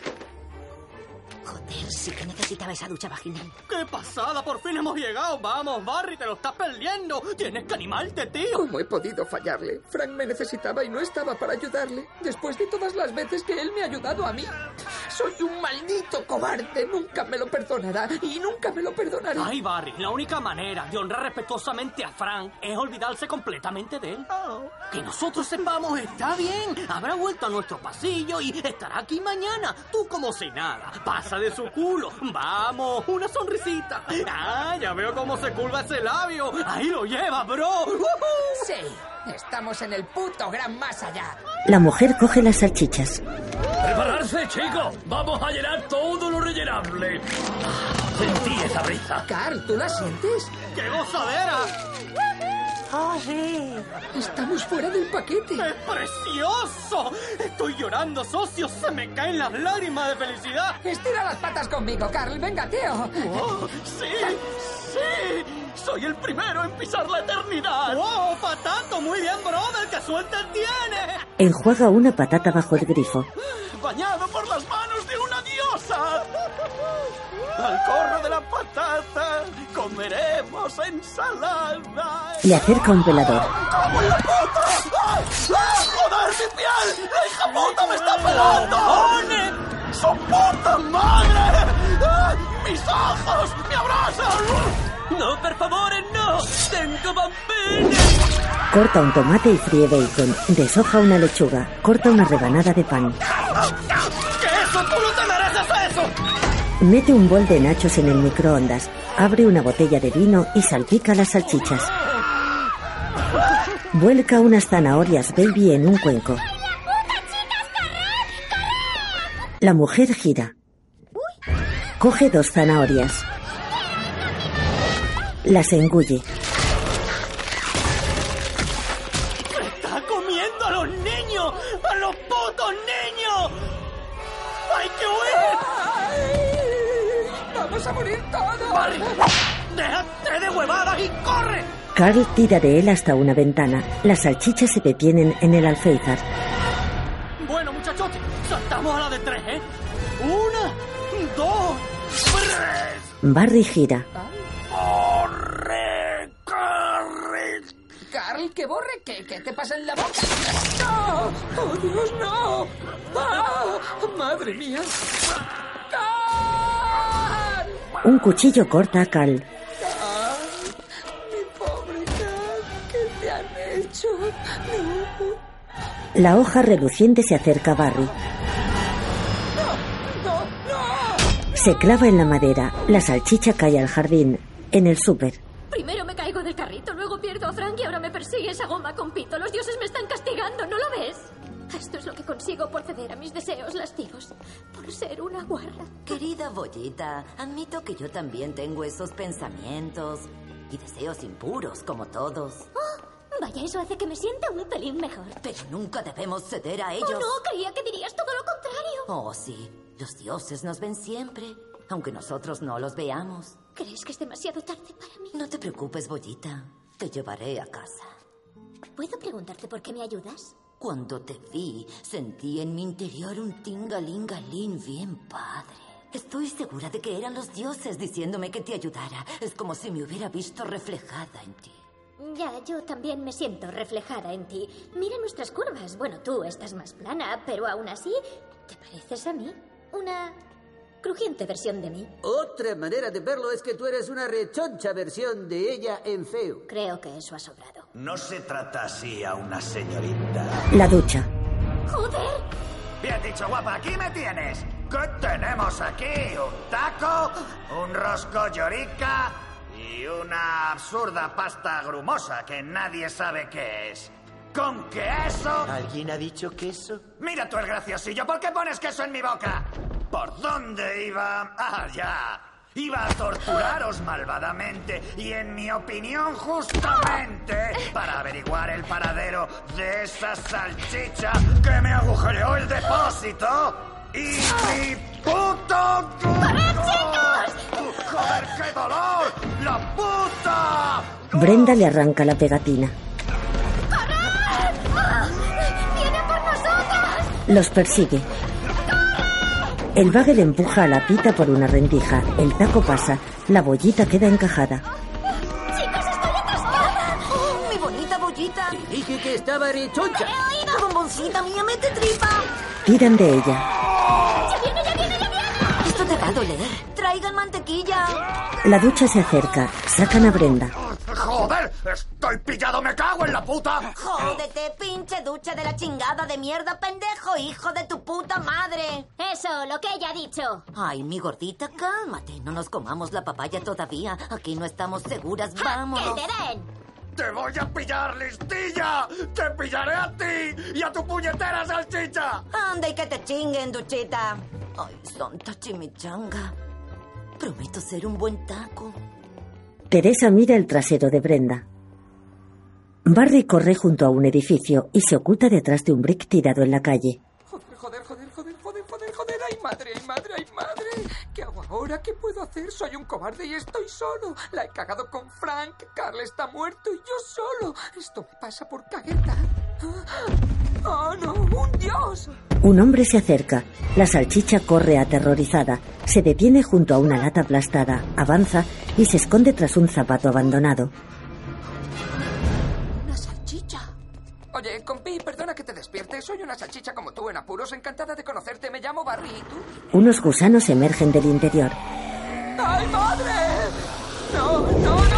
Speaker 16: Joder, sí que necesitaba esa ducha vaginal.
Speaker 3: ¡Qué pasada! ¡Por fin hemos llegado! ¡Vamos, Barry! ¡Te lo estás perdiendo! ¡Tienes que animarte, tío!
Speaker 14: ¿Cómo he podido fallarle? Frank me necesitaba y no estaba para ayudarle. Después de todas las veces que él me ha ayudado a mí. Soy un maldito cobarde. Nunca me lo perdonará y nunca me lo perdonará.
Speaker 26: Ay, Barry, la única manera de honrar respetuosamente a Frank es olvidarse completamente de él. Que nosotros sepamos está bien. Habrá vuelto a nuestro pasillo y estará aquí mañana. Tú como si nada. Pasa de su culo. Vamos, una sonrisita. Ah, ya veo cómo se curva ese labio. Ahí lo lleva, bro.
Speaker 14: Sí, estamos en el puto gran más allá.
Speaker 1: La mujer coge las salchichas.
Speaker 29: ¡Prepararse, chicos! ¡Vamos a llenar todo lo rellenable! Sentí esa brisa.
Speaker 14: Carl, ¿tú la sientes? Ah,
Speaker 3: ¡Qué gozadera!
Speaker 16: ¡Oh, sí!
Speaker 14: Estamos fuera del paquete.
Speaker 3: ¡Es precioso! Estoy llorando, socio. Se me caen las lágrimas de felicidad.
Speaker 14: Estira las patas conmigo, Carl. Venga, tío.
Speaker 3: ¡Oh, sí! ¡Sí! ¡Soy el primero en pisar la eternidad! ¡Oh, patato! ¡Muy bien, brother! ¡Qué suerte tiene!
Speaker 1: Enjuaga una patata bajo el grifo.
Speaker 3: ¡Bañado por las manos de una diosa! ¡Al corro de la patata! comeremos ensalada.
Speaker 1: Le acerca un velador.
Speaker 3: ¡Como la puta! ¡Ah! ¡Ah! ¡Joder, mi piel! ¡La hija puta me está pelando! ¡One! ¡Su puta madre! ¡Ah! ¡Mis ojos! ¡Me abrazan!
Speaker 24: ¡No, por favor, no! ¡Tengo vampiros!
Speaker 1: Corta un tomate y fríe bacon. Deshoja una lechuga. Corta una rebanada de pan.
Speaker 3: ¡Que eso tú no te mereces eso!
Speaker 1: Mete un bol de nachos en el microondas. Abre una botella de vino y salpica las salchichas. Vuelca unas zanahorias baby en un cuenco. La mujer gira. Coge dos zanahorias. Las engulle.
Speaker 3: ¡Está comiendo a los niños! ¡A los putos niños! ¡Hay que huir! ¡Vamos a morir todos! ¡Vale! ¡Déjate de huevadas y corre!
Speaker 1: Carl tira de él hasta una ventana. Las salchichas se detienen en el alféizar.
Speaker 3: Bueno, muchachotes, saltamos a la de tres, ¿eh? Una, dos, tres.
Speaker 1: Barry gira.
Speaker 3: ¡Corre, corre!
Speaker 14: Carl, que borre, ¿qué, qué te pasa en la boca?
Speaker 4: ¡No! ¡Oh, Dios, no! ¡Ah! ¡Madre mía!
Speaker 1: Un cuchillo corta a Carl.
Speaker 4: ¡Mi pobre Carl! ¿Qué te han hecho? ¡No!
Speaker 1: La hoja reluciente se acerca a Barry. Se clava en la madera. La salchicha cae al jardín. En el súper.
Speaker 8: Primero me caigo del carrito, luego pierdo a Frank y ahora me persigue esa goma con pito. Los dioses me están castigando, ¿no lo ves? Esto es lo que consigo por ceder a mis deseos lascivos, por ser una guarra.
Speaker 16: Querida Bollita, admito que yo también tengo esos pensamientos y deseos impuros como todos.
Speaker 8: Oh, Vaya, eso hace que me sienta un pelín mejor.
Speaker 16: Pero nunca debemos ceder a ellos.
Speaker 8: Oh, no, creía que dirías todo lo contrario.
Speaker 16: Oh, sí, los dioses nos ven siempre, aunque nosotros no los veamos.
Speaker 8: ¿Crees que es demasiado tarde para mí?
Speaker 16: No te preocupes, Bollita, te llevaré a casa.
Speaker 8: ¿Puedo preguntarte por qué me ayudas?
Speaker 16: Cuando te vi, sentí en mi interior un tingalingalín bien padre. Estoy segura de que eran los dioses diciéndome que te ayudara. Es como si me hubiera visto reflejada en ti.
Speaker 8: Ya, yo también me siento reflejada en ti. Mira nuestras curvas. Bueno, tú estás más plana, pero aún así, ¿te pareces a mí? Una crujiente versión de mí.
Speaker 25: Otra manera de verlo es que tú eres una rechoncha versión de ella en feo.
Speaker 8: Creo que eso ha sobrado.
Speaker 13: No se trata así a una señorita.
Speaker 1: La ducha.
Speaker 8: ¡Joder!
Speaker 13: Bien dicho, guapa, aquí me tienes. ¿Qué tenemos aquí? ¿Un taco? ¿Un rosco llorica? Y una absurda pasta grumosa que nadie sabe qué es. ¿Con queso?
Speaker 30: ¿Alguien ha dicho queso?
Speaker 13: Mira tú el graciosillo, ¿por qué pones queso en mi boca? ¿Por dónde iba? Ah, ya. Iba a torturaros malvadamente y en mi opinión justamente para averiguar el paradero de esa salchicha que me agujereó el depósito y mi puto... ¡Joder, qué dolor! ¡La puta!
Speaker 1: Brenda le arranca la pegatina.
Speaker 8: ¡Viene por nosotras!
Speaker 1: Los persigue. El bagel empuja a la pita por una rendija. El taco pasa. La bollita queda encajada.
Speaker 16: ¡Oh, mi bonita Bollita!
Speaker 25: Te dije que estaba rechoncha.
Speaker 16: ¡Oída, bomboncita mía, mete tripa!
Speaker 1: Tiran de ella.
Speaker 16: ¡Ya viene, ya viene, ya viene! Esto te va a doler. Traigan mantequilla.
Speaker 1: La ducha se acerca. Sacan a Brenda.
Speaker 13: ¡Joder! ¡Estoy pillado! ¡Me cago en la puta!
Speaker 16: Jódete, pinche ducha de la chingada de mierda, pendejo, hijo de tu puta madre.
Speaker 8: Eso, lo que ella ha dicho.
Speaker 16: Ay, mi gordita, cálmate. No nos comamos la papaya todavía. Aquí no estamos seguras. Vamos.
Speaker 8: ¡Que le den!
Speaker 13: ¡Te voy a pillar, listilla! ¡Te pillaré a ti y a tu puñetera salchicha!
Speaker 16: Anda y que te chinguen, duchita. Ay, santa chimichanga. Prometo ser un buen taco.
Speaker 1: Teresa mira el trasero de Brenda. Barry corre junto a un edificio y se oculta detrás de un brick tirado en la calle.
Speaker 4: Joder, joder, joder, joder, joder, joder, joder. ¡Ay, madre, ay, madre, ay, madre! ¿Qué hago ahora? ¿Qué puedo hacer? Soy un cobarde y estoy solo. La he cagado con Frank. Carl está muerto y yo solo. Esto me pasa por cagueta. ¡Oh, no! ¡Un dios!
Speaker 1: Un hombre se acerca. La salchicha corre aterrorizada. Se detiene junto a una lata aplastada. Avanza y se esconde tras un zapato abandonado.
Speaker 4: Una salchicha. Oye, compi, perdona que te despierte. Soy una salchicha como tú en apuros. Encantada de conocerte. Me llamo Barry. ¿Y tú?
Speaker 1: Unos gusanos emergen del interior.
Speaker 4: ¡Ay, madre! ¡No, no, no!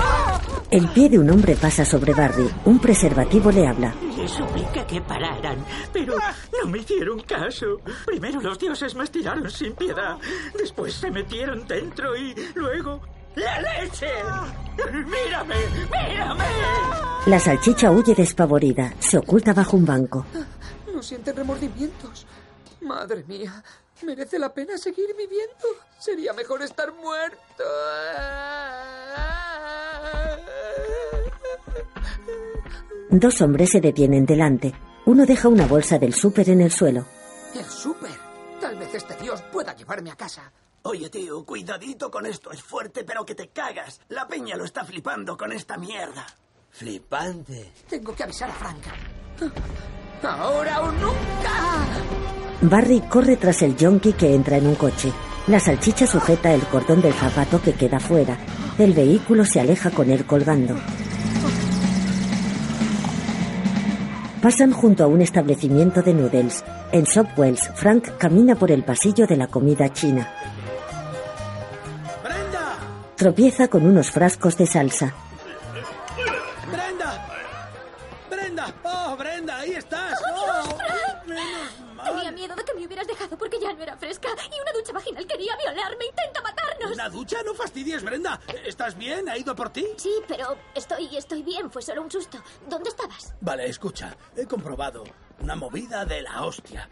Speaker 1: El pie de un hombre pasa sobre Barry. Un preservativo le habla.
Speaker 5: Les suplica que pararan, pero no me hicieron caso. Primero los dioses me estiraron sin piedad, después se metieron dentro y luego... ¡La leche! ¡Mírame! ¡Mírame!
Speaker 1: La salchicha huye despavorida. Se oculta bajo un banco.
Speaker 4: No sienten remordimientos. Madre mía, merece la pena seguir viviendo. Sería mejor estar muerto.
Speaker 1: Dos hombres se detienen delante. Uno deja una bolsa del súper en el suelo.
Speaker 4: El súper. Tal vez este dios pueda llevarme a casa.
Speaker 13: Oye, tío, cuidadito con esto. Es fuerte, pero que te cagas. La peña lo está flipando con esta mierda.
Speaker 30: Flipante.
Speaker 4: Tengo que avisar a Frank. Ahora o nunca.
Speaker 1: Barry corre tras el yonki que entra en un coche. La salchicha sujeta el cordón del zapato que queda fuera. El vehículo se aleja con él colgando. Pasan junto a un establecimiento de noodles. En Shopwells, Frank camina por el pasillo de la comida china. Tropieza con unos frascos de salsa.
Speaker 2: ¡Brenda! ¡Brenda! ¡Oh, Brenda! ¡Ahí estás! ¡Oh! Menos mal.
Speaker 8: Tenía miedo de que me hubieras dejado porque ya no era fresca y una ducha vaginal quería violarme, intenta matarnos.
Speaker 2: ¿Una ducha? No fastidies, Brenda. ¿Estás bien? ¿Ha ido por ti?
Speaker 8: Sí, pero estoy, estoy bien, fue solo un susto. ¿Dónde estabas?
Speaker 2: Vale, escucha. He comprobado una movida de la hostia.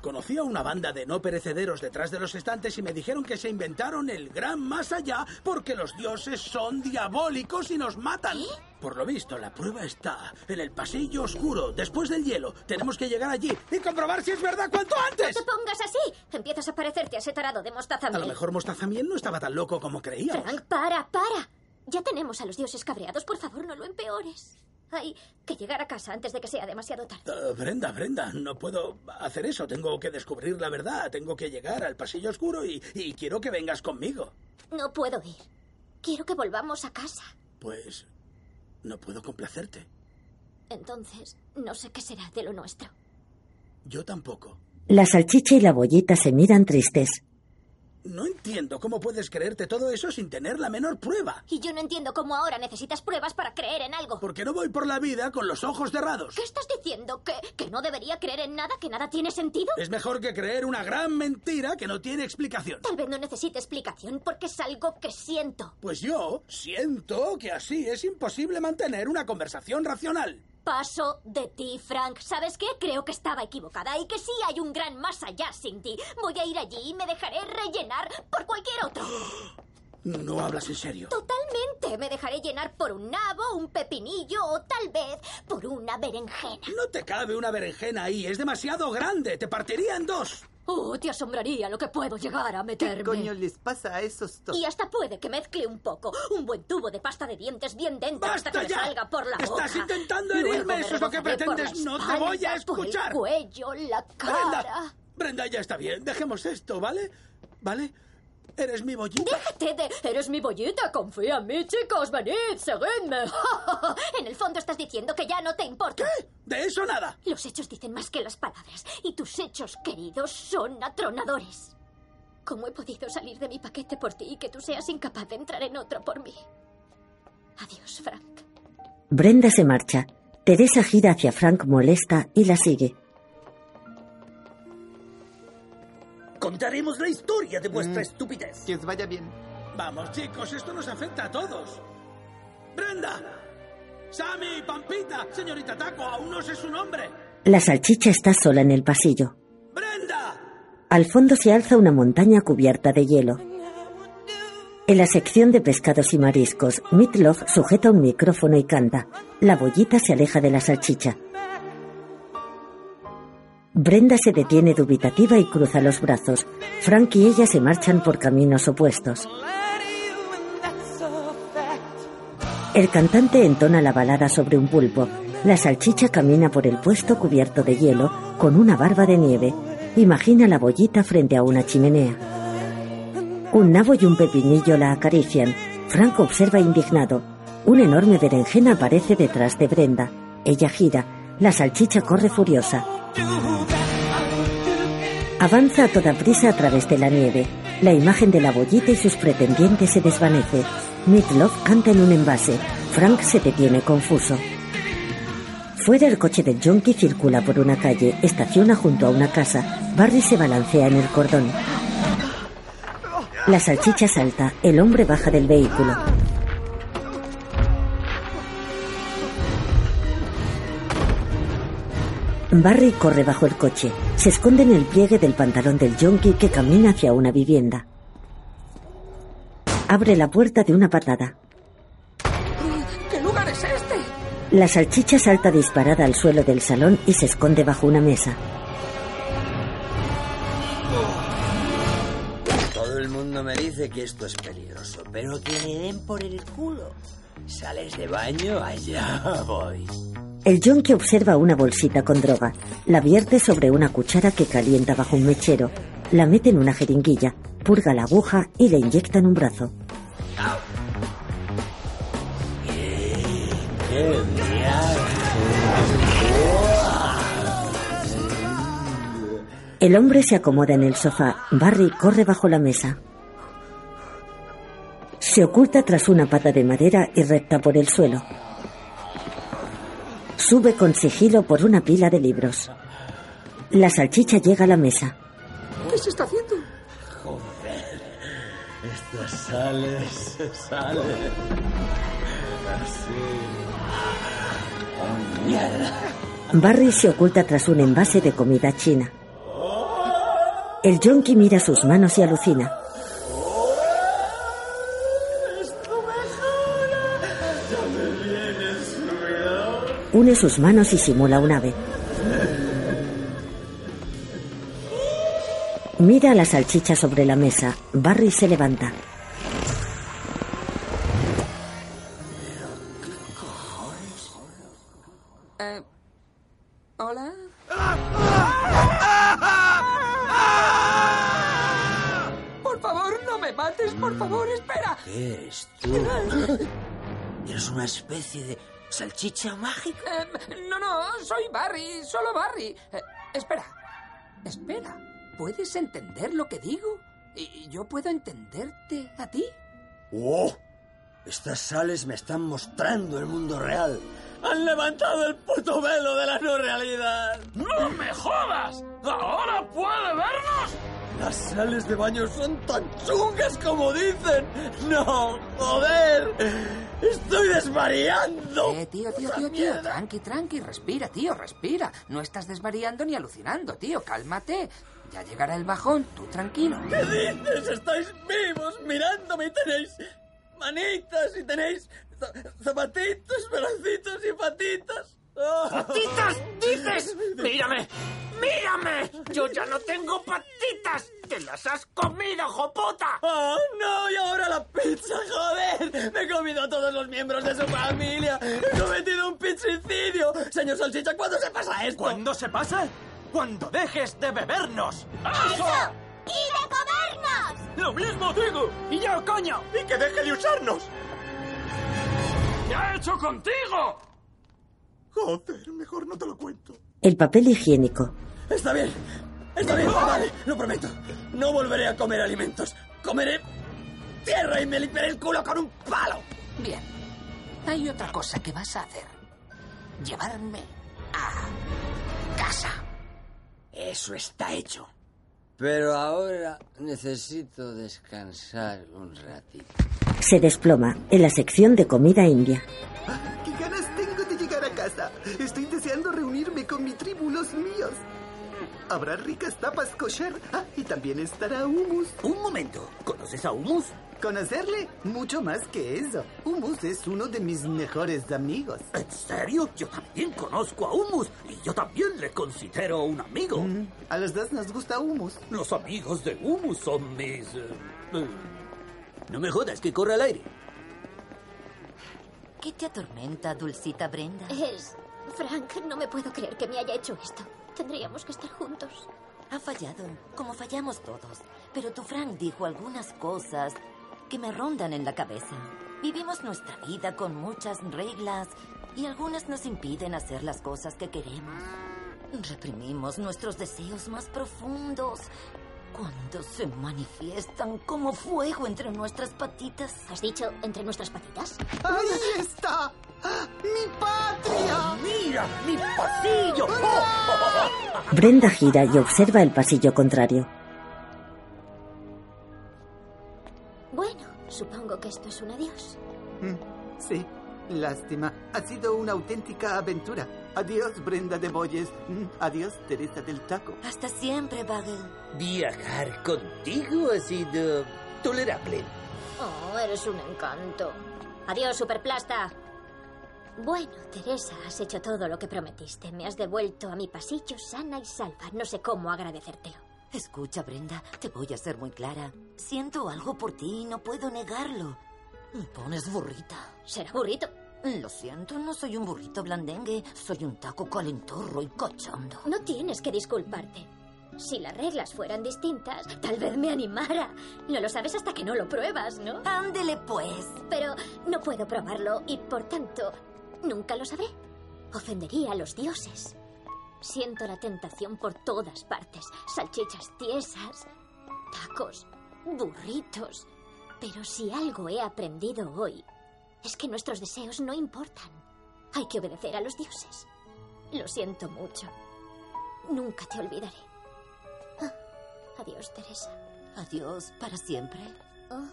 Speaker 2: Conocí a una banda de no perecederos detrás de los estantes y me dijeron que se inventaron el gran más allá porque los dioses son diabólicos y nos matan. Por lo visto, la prueba está en el pasillo oscuro, después del hielo. Tenemos que llegar allí y comprobar si es verdad cuanto antes.
Speaker 8: No te pongas así. Empiezas a parecerte a ese tarado de mostaza
Speaker 2: A lo mejor Mostaza Miel no estaba tan loco como creía.
Speaker 8: Frank, para, para. Ya tenemos a los dioses cabreados, por favor, no lo empeores. Hay que llegar a casa antes de que sea demasiado tarde.
Speaker 2: Eh, Brenda, Brenda, no puedo hacer eso. Tengo que descubrir la verdad. Tengo que llegar al pasillo oscuro y, y quiero que vengas conmigo.
Speaker 8: No puedo ir. Quiero que volvamos a casa.
Speaker 2: Pues no puedo complacerte.
Speaker 8: Entonces, no sé qué será de lo nuestro.
Speaker 2: Yo tampoco.
Speaker 1: La salchicha y la bollita se miran tristes.
Speaker 2: No entiendo cómo puedes creerte todo eso sin tener la menor prueba.
Speaker 8: Y yo no entiendo cómo ahora necesitas pruebas para creer en algo.
Speaker 2: Porque no voy por la vida con los ojos cerrados.
Speaker 8: ¿Qué estás diciendo? ¿Que, que no debería creer en nada? ¿Que nada tiene sentido?
Speaker 2: Es mejor que creer una gran mentira que no tiene explicación.
Speaker 8: Tal vez no necesite explicación porque es algo que siento.
Speaker 2: Pues yo siento que así es imposible mantener una conversación racional.
Speaker 8: Paso de ti, Frank. ¿Sabes qué? Creo que estaba equivocada y que sí hay un gran más allá sin ti. Voy a ir allí y me dejaré rellenar por cualquier otro.
Speaker 2: No hablas en serio.
Speaker 8: Totalmente. Me dejaré llenar por un nabo, un pepinillo o tal vez por una berenjena.
Speaker 2: No te cabe una berenjena ahí. Es demasiado grande. Te partiría en dos.
Speaker 8: Oh, te asombraría lo que puedo llegar a meterme.
Speaker 20: ¿Qué coño les pasa a esos dos?
Speaker 8: Y hasta puede que mezcle un poco. Un buen tubo de pasta de dientes bien dentro hasta que
Speaker 2: ¡Basta
Speaker 8: me
Speaker 2: ya!
Speaker 8: salga por la
Speaker 2: Estás
Speaker 8: boca.
Speaker 2: intentando
Speaker 8: Luego
Speaker 2: herirme,
Speaker 8: me
Speaker 2: eso es lo que
Speaker 8: rozaré por la
Speaker 2: pretendes. No te voy a
Speaker 8: espalda, pues, por el
Speaker 2: escuchar.
Speaker 8: cuello, la cara.
Speaker 2: Brenda, Brenda, ya está bien. Dejemos esto, ¿vale? ¿Vale? Eres mi bollita.
Speaker 8: Déjate de... Eres mi bollita, confía en mí, chicos. Venid, seguidme. en el fondo estás diciendo que ya no te importa. ¿Qué?
Speaker 2: De eso nada.
Speaker 8: Los hechos dicen más que las palabras. Y tus hechos, queridos, son atronadores. ¿Cómo he podido salir de mi paquete por ti y que tú seas incapaz de entrar en otro por mí? Adiós, Frank.
Speaker 1: Brenda se marcha. Teresa gira hacia Frank molesta y la sigue.
Speaker 24: Contaremos la historia de vuestra estupidez.
Speaker 20: Mm. Que os vaya bien.
Speaker 2: Vamos, chicos, esto nos afecta a todos. Brenda, Sammy, Pampita, señorita Taco, aún no sé su nombre.
Speaker 1: La salchicha está sola en el pasillo.
Speaker 2: ¡Brenda!
Speaker 1: Al fondo se alza una montaña cubierta de hielo. En la sección de pescados y mariscos, Meatloaf sujeta un micrófono y canta. La bollita se aleja de la salchicha. Brenda se detiene dubitativa y cruza los brazos. Frank y ella se marchan por caminos opuestos. El cantante entona la balada sobre un pulpo. La salchicha camina por el puesto cubierto de hielo con una barba de nieve. Imagina la bollita frente a una chimenea. Un nabo y un pepinillo la acarician. Frank observa indignado. Un enorme berenjena aparece detrás de Brenda. Ella gira. La salchicha corre furiosa. Avanza a toda prisa a través de la nieve. La imagen de la bollita y sus pretendientes se desvanece. Meatloaf canta en un envase. Frank se detiene confuso. Fuera el coche del junkie circula por una calle, estaciona junto a una casa. Barry se balancea en el cordón. La salchicha salta, el hombre baja del vehículo. Barry corre bajo el coche, se esconde en el pliegue del pantalón del junkie que camina hacia una vivienda. Abre la puerta de una patada.
Speaker 4: ¿Qué lugar es este?
Speaker 1: La salchicha salta disparada al suelo del salón y se esconde bajo una mesa.
Speaker 3: Todo el mundo me dice que esto es peligroso, pero que me den por el culo. Sales de baño, allá voy.
Speaker 1: El yonki observa una bolsita con droga. La vierte sobre una cuchara que calienta bajo un mechero. La mete en una jeringuilla, purga la aguja y le inyecta en un brazo.
Speaker 3: ¡Qué
Speaker 1: El hombre se acomoda en el sofá. Barry corre bajo la mesa. Se oculta tras una pata de madera y recta por el suelo. Sube con sigilo por una pila de libros. La salchicha llega a la mesa.
Speaker 4: ¿Qué se está haciendo?
Speaker 3: Joder. Esto sale, se sale. Así. Oh, mierda.
Speaker 1: Barry se oculta tras un envase de comida china. El yonki mira sus manos y alucina. Une sus manos y simula un ave. Mira a la salchicha sobre la mesa. Barry se levanta.
Speaker 4: Eh, ¿Hola? Por favor, no me mates, por favor, espera.
Speaker 3: ¿Qué es tú? Eres una especie de salchicha mágica.
Speaker 4: Eh, no, no, soy Barry, solo Barry. Eh, espera, espera. ¿Puedes entender lo que digo? ¿Y yo puedo entenderte a ti?
Speaker 3: ¡Oh! Estas sales me están mostrando el mundo real. Han levantado el puto velo de la no realidad.
Speaker 9: ¡No me jodas! ¿Ahora puede vernos?
Speaker 3: Las sales de baño son tan chungas como dicen. No, joder. Estoy desvariando.
Speaker 31: Eh, tío, tío, tío, tío, tranqui, tranqui, respira, tío, respira. No estás desvariando ni alucinando, tío, cálmate. Ya llegará el bajón, tú tranquilo.
Speaker 3: ¿Qué dices? Estáis vivos mirándome y tenéis manitas y tenéis za- zapatitos, bracitos y patitas. Oh.
Speaker 13: ¡Patitas, dices! ¡Mírame! ¡Mírame! ¡Yo ya no tengo patitas! ¡Te las has comido, joputa!
Speaker 3: ¡Oh, no! ¡Y ahora la pizza, joder! ¡Me he comido a todos los miembros de su familia! ¡He cometido un pizzicidio! Señor Salchicha, ¿cuándo se pasa esto?
Speaker 32: ¿Cuándo se pasa? ¡Cuando dejes de bebernos!
Speaker 13: ¡Eso! ¡Y de comernos!
Speaker 32: ¡Lo mismo digo! ¡Y yo, coño!
Speaker 9: ¡Y que deje de usarnos! ¿Qué ha hecho contigo?
Speaker 3: Joder, mejor no te lo cuento.
Speaker 1: El papel higiénico.
Speaker 3: Está bien, está bien, vale, lo prometo. No volveré a comer alimentos. Comeré tierra y me limpiaré el culo con un palo.
Speaker 31: Bien. Hay otra cosa que vas a hacer. Llevarme a casa.
Speaker 3: Eso está hecho. Pero ahora necesito descansar un ratito.
Speaker 1: Se desploma en la sección de comida india.
Speaker 20: ¿Qué ganas tengo de llegar a casa? Estoy deseando reunirme con mi tribu, los míos. Habrá ricas tapas kosher. Ah, y también estará hummus.
Speaker 33: Un momento, ¿conoces a hummus?
Speaker 20: Conocerle mucho más que eso. Hummus es uno de mis mejores amigos.
Speaker 33: ¿En serio? Yo también conozco a Humus y yo también le considero un amigo.
Speaker 20: Mm, A los dos nos gusta Humus.
Speaker 33: Los amigos de Humus son mis... eh, eh. No me jodas que corre al aire.
Speaker 16: ¿Qué te atormenta, dulcita Brenda?
Speaker 8: Es. Frank, no me puedo creer que me haya hecho esto. Tendríamos que estar juntos.
Speaker 16: Ha fallado, como fallamos todos. Pero tu Frank dijo algunas cosas que me rondan en la cabeza. Vivimos nuestra vida con muchas reglas y algunas nos impiden hacer las cosas que queremos. Reprimimos nuestros deseos más profundos cuando se manifiestan como fuego entre nuestras patitas.
Speaker 8: ¿Has dicho entre nuestras patitas?
Speaker 20: ¡Ahí está! ¡Mi patria!
Speaker 3: ¡Mira! ¡Mi pasillo!
Speaker 33: Oh,
Speaker 1: Brenda gira y observa el pasillo contrario.
Speaker 8: Bueno, supongo que esto es un adiós.
Speaker 20: Mm, Sí, lástima. Ha sido una auténtica aventura. Adiós, Brenda de Boyes. Mm, Adiós, Teresa del Taco.
Speaker 16: Hasta siempre, Bagel.
Speaker 34: Viajar contigo ha sido tolerable.
Speaker 8: Oh, eres un encanto. Adiós, Superplasta. Bueno, Teresa, has hecho todo lo que prometiste. Me has devuelto a mi pasillo sana y salva. No sé cómo agradecértelo.
Speaker 16: Escucha, Brenda, te voy a ser muy clara. Siento algo por ti y no puedo negarlo. Me pones burrita.
Speaker 8: ¿Será burrito?
Speaker 16: Lo siento, no soy un burrito blandengue. Soy un taco calentorro y cachondo.
Speaker 8: No tienes que disculparte. Si las reglas fueran distintas, tal vez me animara. No lo sabes hasta que no lo pruebas, ¿no?
Speaker 16: Ándele, pues.
Speaker 8: Pero no puedo probarlo y, por tanto, nunca lo sabré. Ofendería a los dioses. Siento la tentación por todas partes. Salchichas tiesas, tacos, burritos. Pero si algo he aprendido hoy, es que nuestros deseos no importan. Hay que obedecer a los dioses. Lo siento mucho. Nunca te olvidaré. Ah, Adiós, Teresa.
Speaker 16: Adiós para siempre.
Speaker 8: Oh,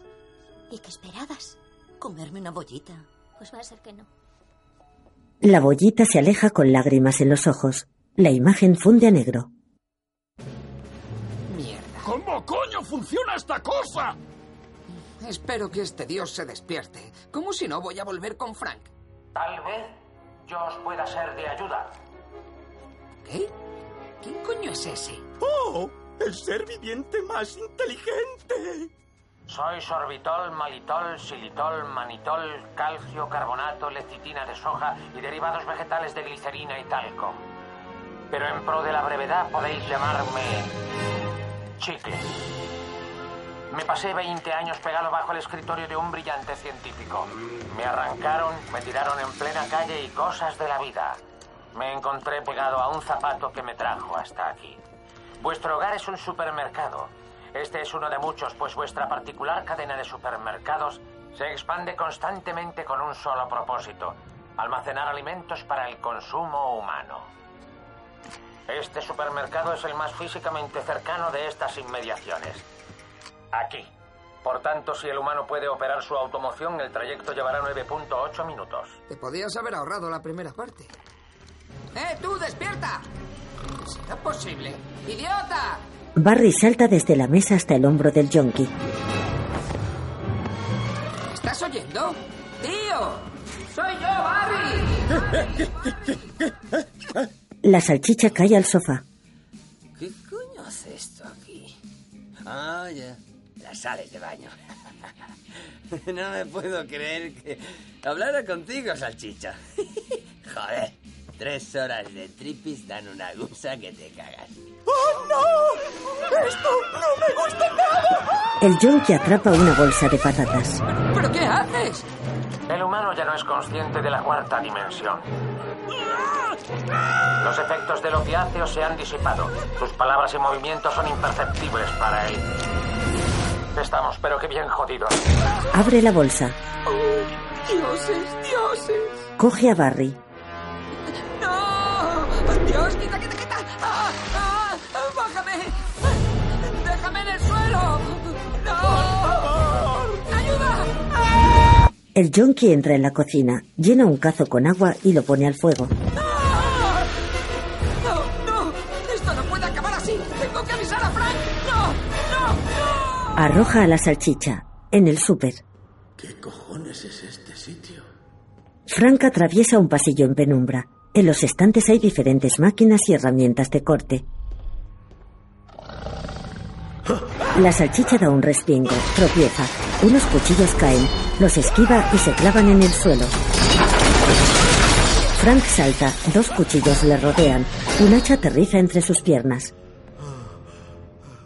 Speaker 8: ¿Y qué esperabas?
Speaker 16: Comerme una bollita.
Speaker 8: Pues va a ser que no.
Speaker 1: La bollita se aleja con lágrimas en los ojos. La imagen funde a negro.
Speaker 4: Mierda.
Speaker 35: ¿Cómo coño funciona esta cosa?
Speaker 4: Espero que este dios se despierte. ¿Cómo si no voy a volver con Frank?
Speaker 11: Tal vez yo os pueda ser de ayuda.
Speaker 4: ¿Qué? ¿Quién coño es ese?
Speaker 36: ¡Oh! El ser viviente más inteligente.
Speaker 11: Soy sorbitol, malitol, xilitol, manitol, calcio, carbonato, lecitina de soja y derivados vegetales de glicerina y talco. Pero en pro de la brevedad podéis llamarme chicle. Me pasé 20 años pegado bajo el escritorio de un brillante científico. Me arrancaron, me tiraron en plena calle y cosas de la vida. Me encontré pegado a un zapato que me trajo hasta aquí. Vuestro hogar es un supermercado. Este es uno de muchos, pues vuestra particular cadena de supermercados se expande constantemente con un solo propósito, almacenar alimentos para el consumo humano. Este supermercado es el más físicamente cercano de estas inmediaciones. Aquí. Por tanto, si el humano puede operar su automoción, el trayecto llevará 9.8 minutos.
Speaker 4: Te podías haber ahorrado la primera parte. ¡Eh, tú, despierta! ¿Será posible? ¡Idiota!
Speaker 1: Barry salta desde la mesa hasta el hombro del yonki.
Speaker 4: ¿Estás oyendo? ¡Tío! ¡Soy yo, Barry!
Speaker 1: La salchicha cae al sofá.
Speaker 3: ¿Qué coño hace esto aquí? Ah, ya. Las sales de baño. no me puedo creer que hablara contigo, salchicha. Joder, tres horas de tripis dan una gusa que te cagas.
Speaker 9: ¡Oh, no! ¡Esto no me gusta nada!
Speaker 1: El yonki atrapa una bolsa de patatas.
Speaker 4: ¿Pero qué haces?
Speaker 11: El humano ya no es consciente de la cuarta dimensión. Los efectos del opiáceo se han disipado. Sus palabras y movimientos son imperceptibles para él. Estamos, pero qué bien jodidos.
Speaker 1: Abre la bolsa.
Speaker 37: ¡Dioses, dioses!
Speaker 1: Coge a Barry.
Speaker 4: ¡Oh!
Speaker 37: ¡No! ¡Dios, quita, quita, quita! ¡Ah, ah! ¡Bájame! ¡Déjame en el suelo! ¡No! ¡Ayuda!
Speaker 1: El yonki entra en la cocina, llena un cazo con agua y lo pone al fuego.
Speaker 37: ¡No, no! ¡Esto no puede acabar así! ¡Tengo que avisar a Frank! ¡No, no,
Speaker 1: Arroja a la salchicha. En el súper.
Speaker 2: ¿Qué cojones es este sitio?
Speaker 1: Frank atraviesa un pasillo en penumbra. En los estantes hay diferentes máquinas y herramientas de corte. La salchicha da un respingo, tropieza. Unos cuchillos caen, los esquiva y se clavan en el suelo. Frank salta, dos cuchillos le rodean. Un hacha aterriza entre sus piernas.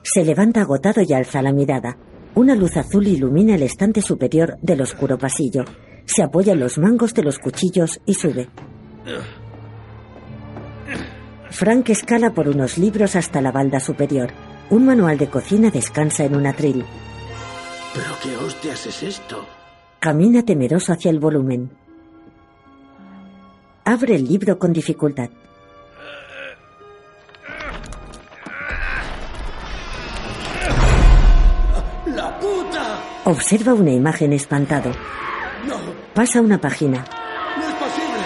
Speaker 1: Se levanta agotado y alza la mirada. Una luz azul ilumina el estante superior del oscuro pasillo. Se apoya en los mangos de los cuchillos y sube. Frank escala por unos libros hasta la balda superior. Un manual de cocina descansa en un atril.
Speaker 38: ¿Pero qué hostias es esto?
Speaker 1: Camina temeroso hacia el volumen. Abre el libro con dificultad.
Speaker 39: ¡La puta!
Speaker 1: Observa una imagen espantado.
Speaker 39: ¡No!
Speaker 1: Pasa una página.
Speaker 39: ¡No es posible!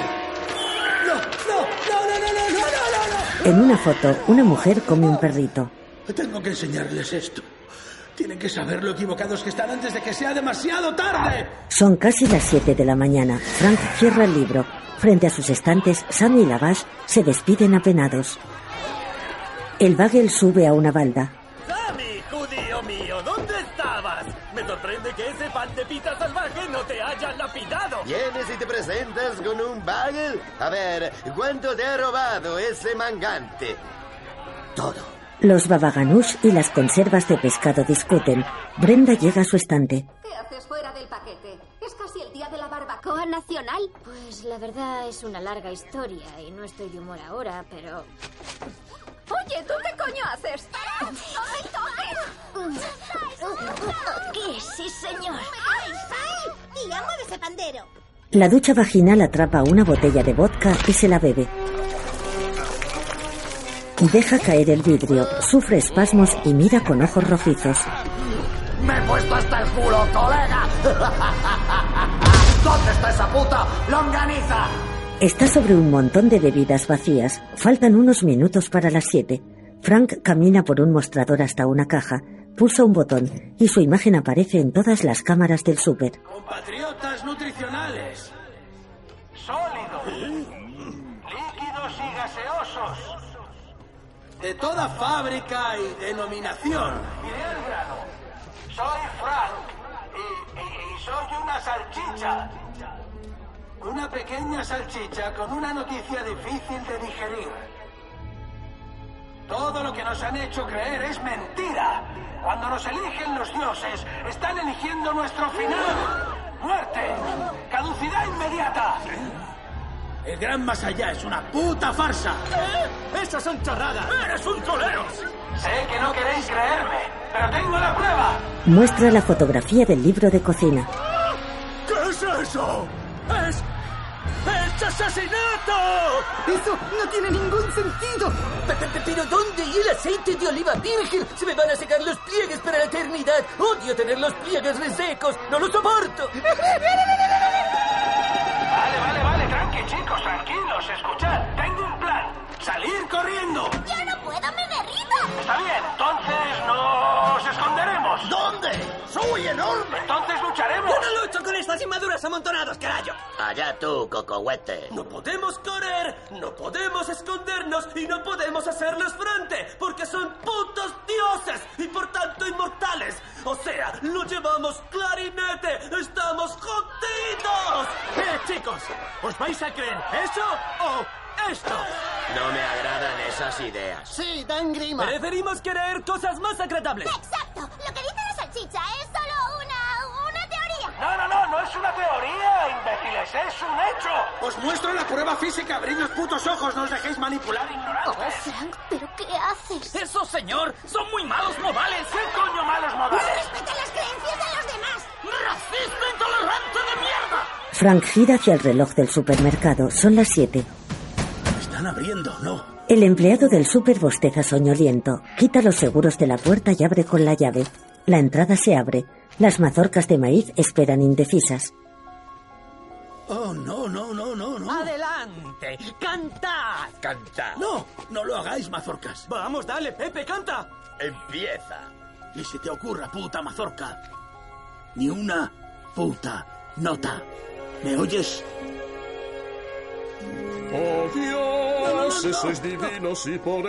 Speaker 39: ¡No! ¡No! ¡No, no, no, no, no, no,
Speaker 1: En una foto, una mujer come un perrito.
Speaker 38: no! Tengo que enseñarles esto.
Speaker 2: Tienen que saber lo equivocados que están antes de que sea demasiado tarde.
Speaker 1: Son casi las 7 de la mañana. Frank cierra el libro. Frente a sus estantes, Sam y Lavash se despiden apenados. El bagel sube a una balda.
Speaker 3: ¡Sammy, judío mío! ¿Dónde estabas? Me sorprende que ese pan de pita salvaje no te haya lapidado.
Speaker 20: ¿Vienes y te presentas con un bagel? A ver, ¿cuánto te ha robado ese mangante?
Speaker 1: Los babaganush y las conservas de pescado discuten. Brenda llega a su estante.
Speaker 16: ¿Qué haces fuera del paquete? Es casi el día de la barbacoa nacional. Pues la verdad es una larga historia y no estoy de humor ahora, pero... Oye, ¿tú qué coño haces? ¡No me Oh,
Speaker 8: ¿Qué es, sí, señor? ¡Ay, Sal! ¡Tía, mueve ese pandero!
Speaker 1: La ducha vaginal atrapa una botella de vodka y se la bebe. Deja caer el vidrio, sufre espasmos y mira con ojos rojizos.
Speaker 3: ¡Me he puesto hasta el culo, colega! ¿Dónde está esa puta longaniza?
Speaker 1: Está sobre un montón de bebidas vacías. Faltan unos minutos para las 7. Frank camina por un mostrador hasta una caja, pulsa un botón y su imagen aparece en todas las cámaras del súper.
Speaker 2: Compatriotas nutricionales.
Speaker 9: Sólidos.
Speaker 2: ¿Eh?
Speaker 9: Líquidos y gaseosos.
Speaker 2: De toda fábrica y denominación.
Speaker 9: Bien, grano. Soy Frank. Y, y- y soy una salchicha.
Speaker 2: Una pequeña salchicha con una noticia difícil de digerir. Todo lo que nos han hecho creer es mentira. Cuando nos eligen los dioses, están eligiendo nuestro final. Muerte. Caducidad inmediata. El gran más allá es una puta farsa.
Speaker 3: ¡Esas son chorradas! ¡Eres un colero!
Speaker 9: Sé que no queréis creerme, pero tengo la prueba.
Speaker 1: Muestra la fotografía del libro de cocina.
Speaker 3: ¿Qué es eso? ¡Es. ¡Es asesinato!
Speaker 40: ¡Eso no tiene ningún sentido! Pe- pe- pe- ¿Pero dónde? ¿Y el aceite de oliva virgen? ¡Se me van a secar los pliegues para la eternidad! ¡Odio tener los pliegues resecos! ¡No los soporto!
Speaker 9: Vale, vale, vale, tranqui, chicos, tranquilos. Escuchad, tengo un plan. Salir corriendo.
Speaker 8: ¡Ya no puedo, me derrito!
Speaker 9: Está bien, entonces nos esconderemos.
Speaker 3: ¿Dónde? ¡Soy enorme!
Speaker 9: Entonces lucharemos.
Speaker 3: ¡Yo no lucho con estas inmaduras amontonadas, carajo!
Speaker 20: Allá tú, cocohuete.
Speaker 3: No podemos correr, no podemos escondernos y no podemos hacerles frente, porque son putos dioses y por tanto inmortales. O sea, no llevamos clarinete, estamos jodidos. Eh, chicos, ¿os vais a creer eso o esto?
Speaker 20: No me agradan esas ideas.
Speaker 3: Sí, dan grima. Preferimos creer cosas más agradables.
Speaker 8: ¡Exacto! Lo que dice la salchicha es solo una... una teoría.
Speaker 9: No, no, no, no es una teoría, imbéciles, es un hecho.
Speaker 2: Os muestro la prueba física, abrid los putos ojos, no os dejéis manipular, ignorantes.
Speaker 8: Frank, ¿pero qué haces?
Speaker 41: ¡Eso, señor! ¡Son muy malos modales!
Speaker 9: ¿Qué coño malos modales?
Speaker 8: ¡Respeta las creencias de los demás!
Speaker 9: ¡Racismo intolerante de mierda!
Speaker 1: Frank gira hacia el reloj del supermercado. Son las 7.
Speaker 2: Están abriendo, no.
Speaker 1: El empleado del súper bosteza soñoliento, quita los seguros de la puerta y abre con la llave. La entrada se abre. Las mazorcas de maíz esperan indecisas.
Speaker 2: Oh, no, no, no, no, no.
Speaker 41: ¡Adelante! ¡Cantad!
Speaker 20: ¡Cantad!
Speaker 2: No, no lo hagáis, mazorcas.
Speaker 3: Vamos, dale, Pepe, canta.
Speaker 20: Empieza.
Speaker 2: Ni se te ocurra, puta mazorca. Ni una puta nota. ¿Me oyes?
Speaker 5: Oh Dios, sois divinos y por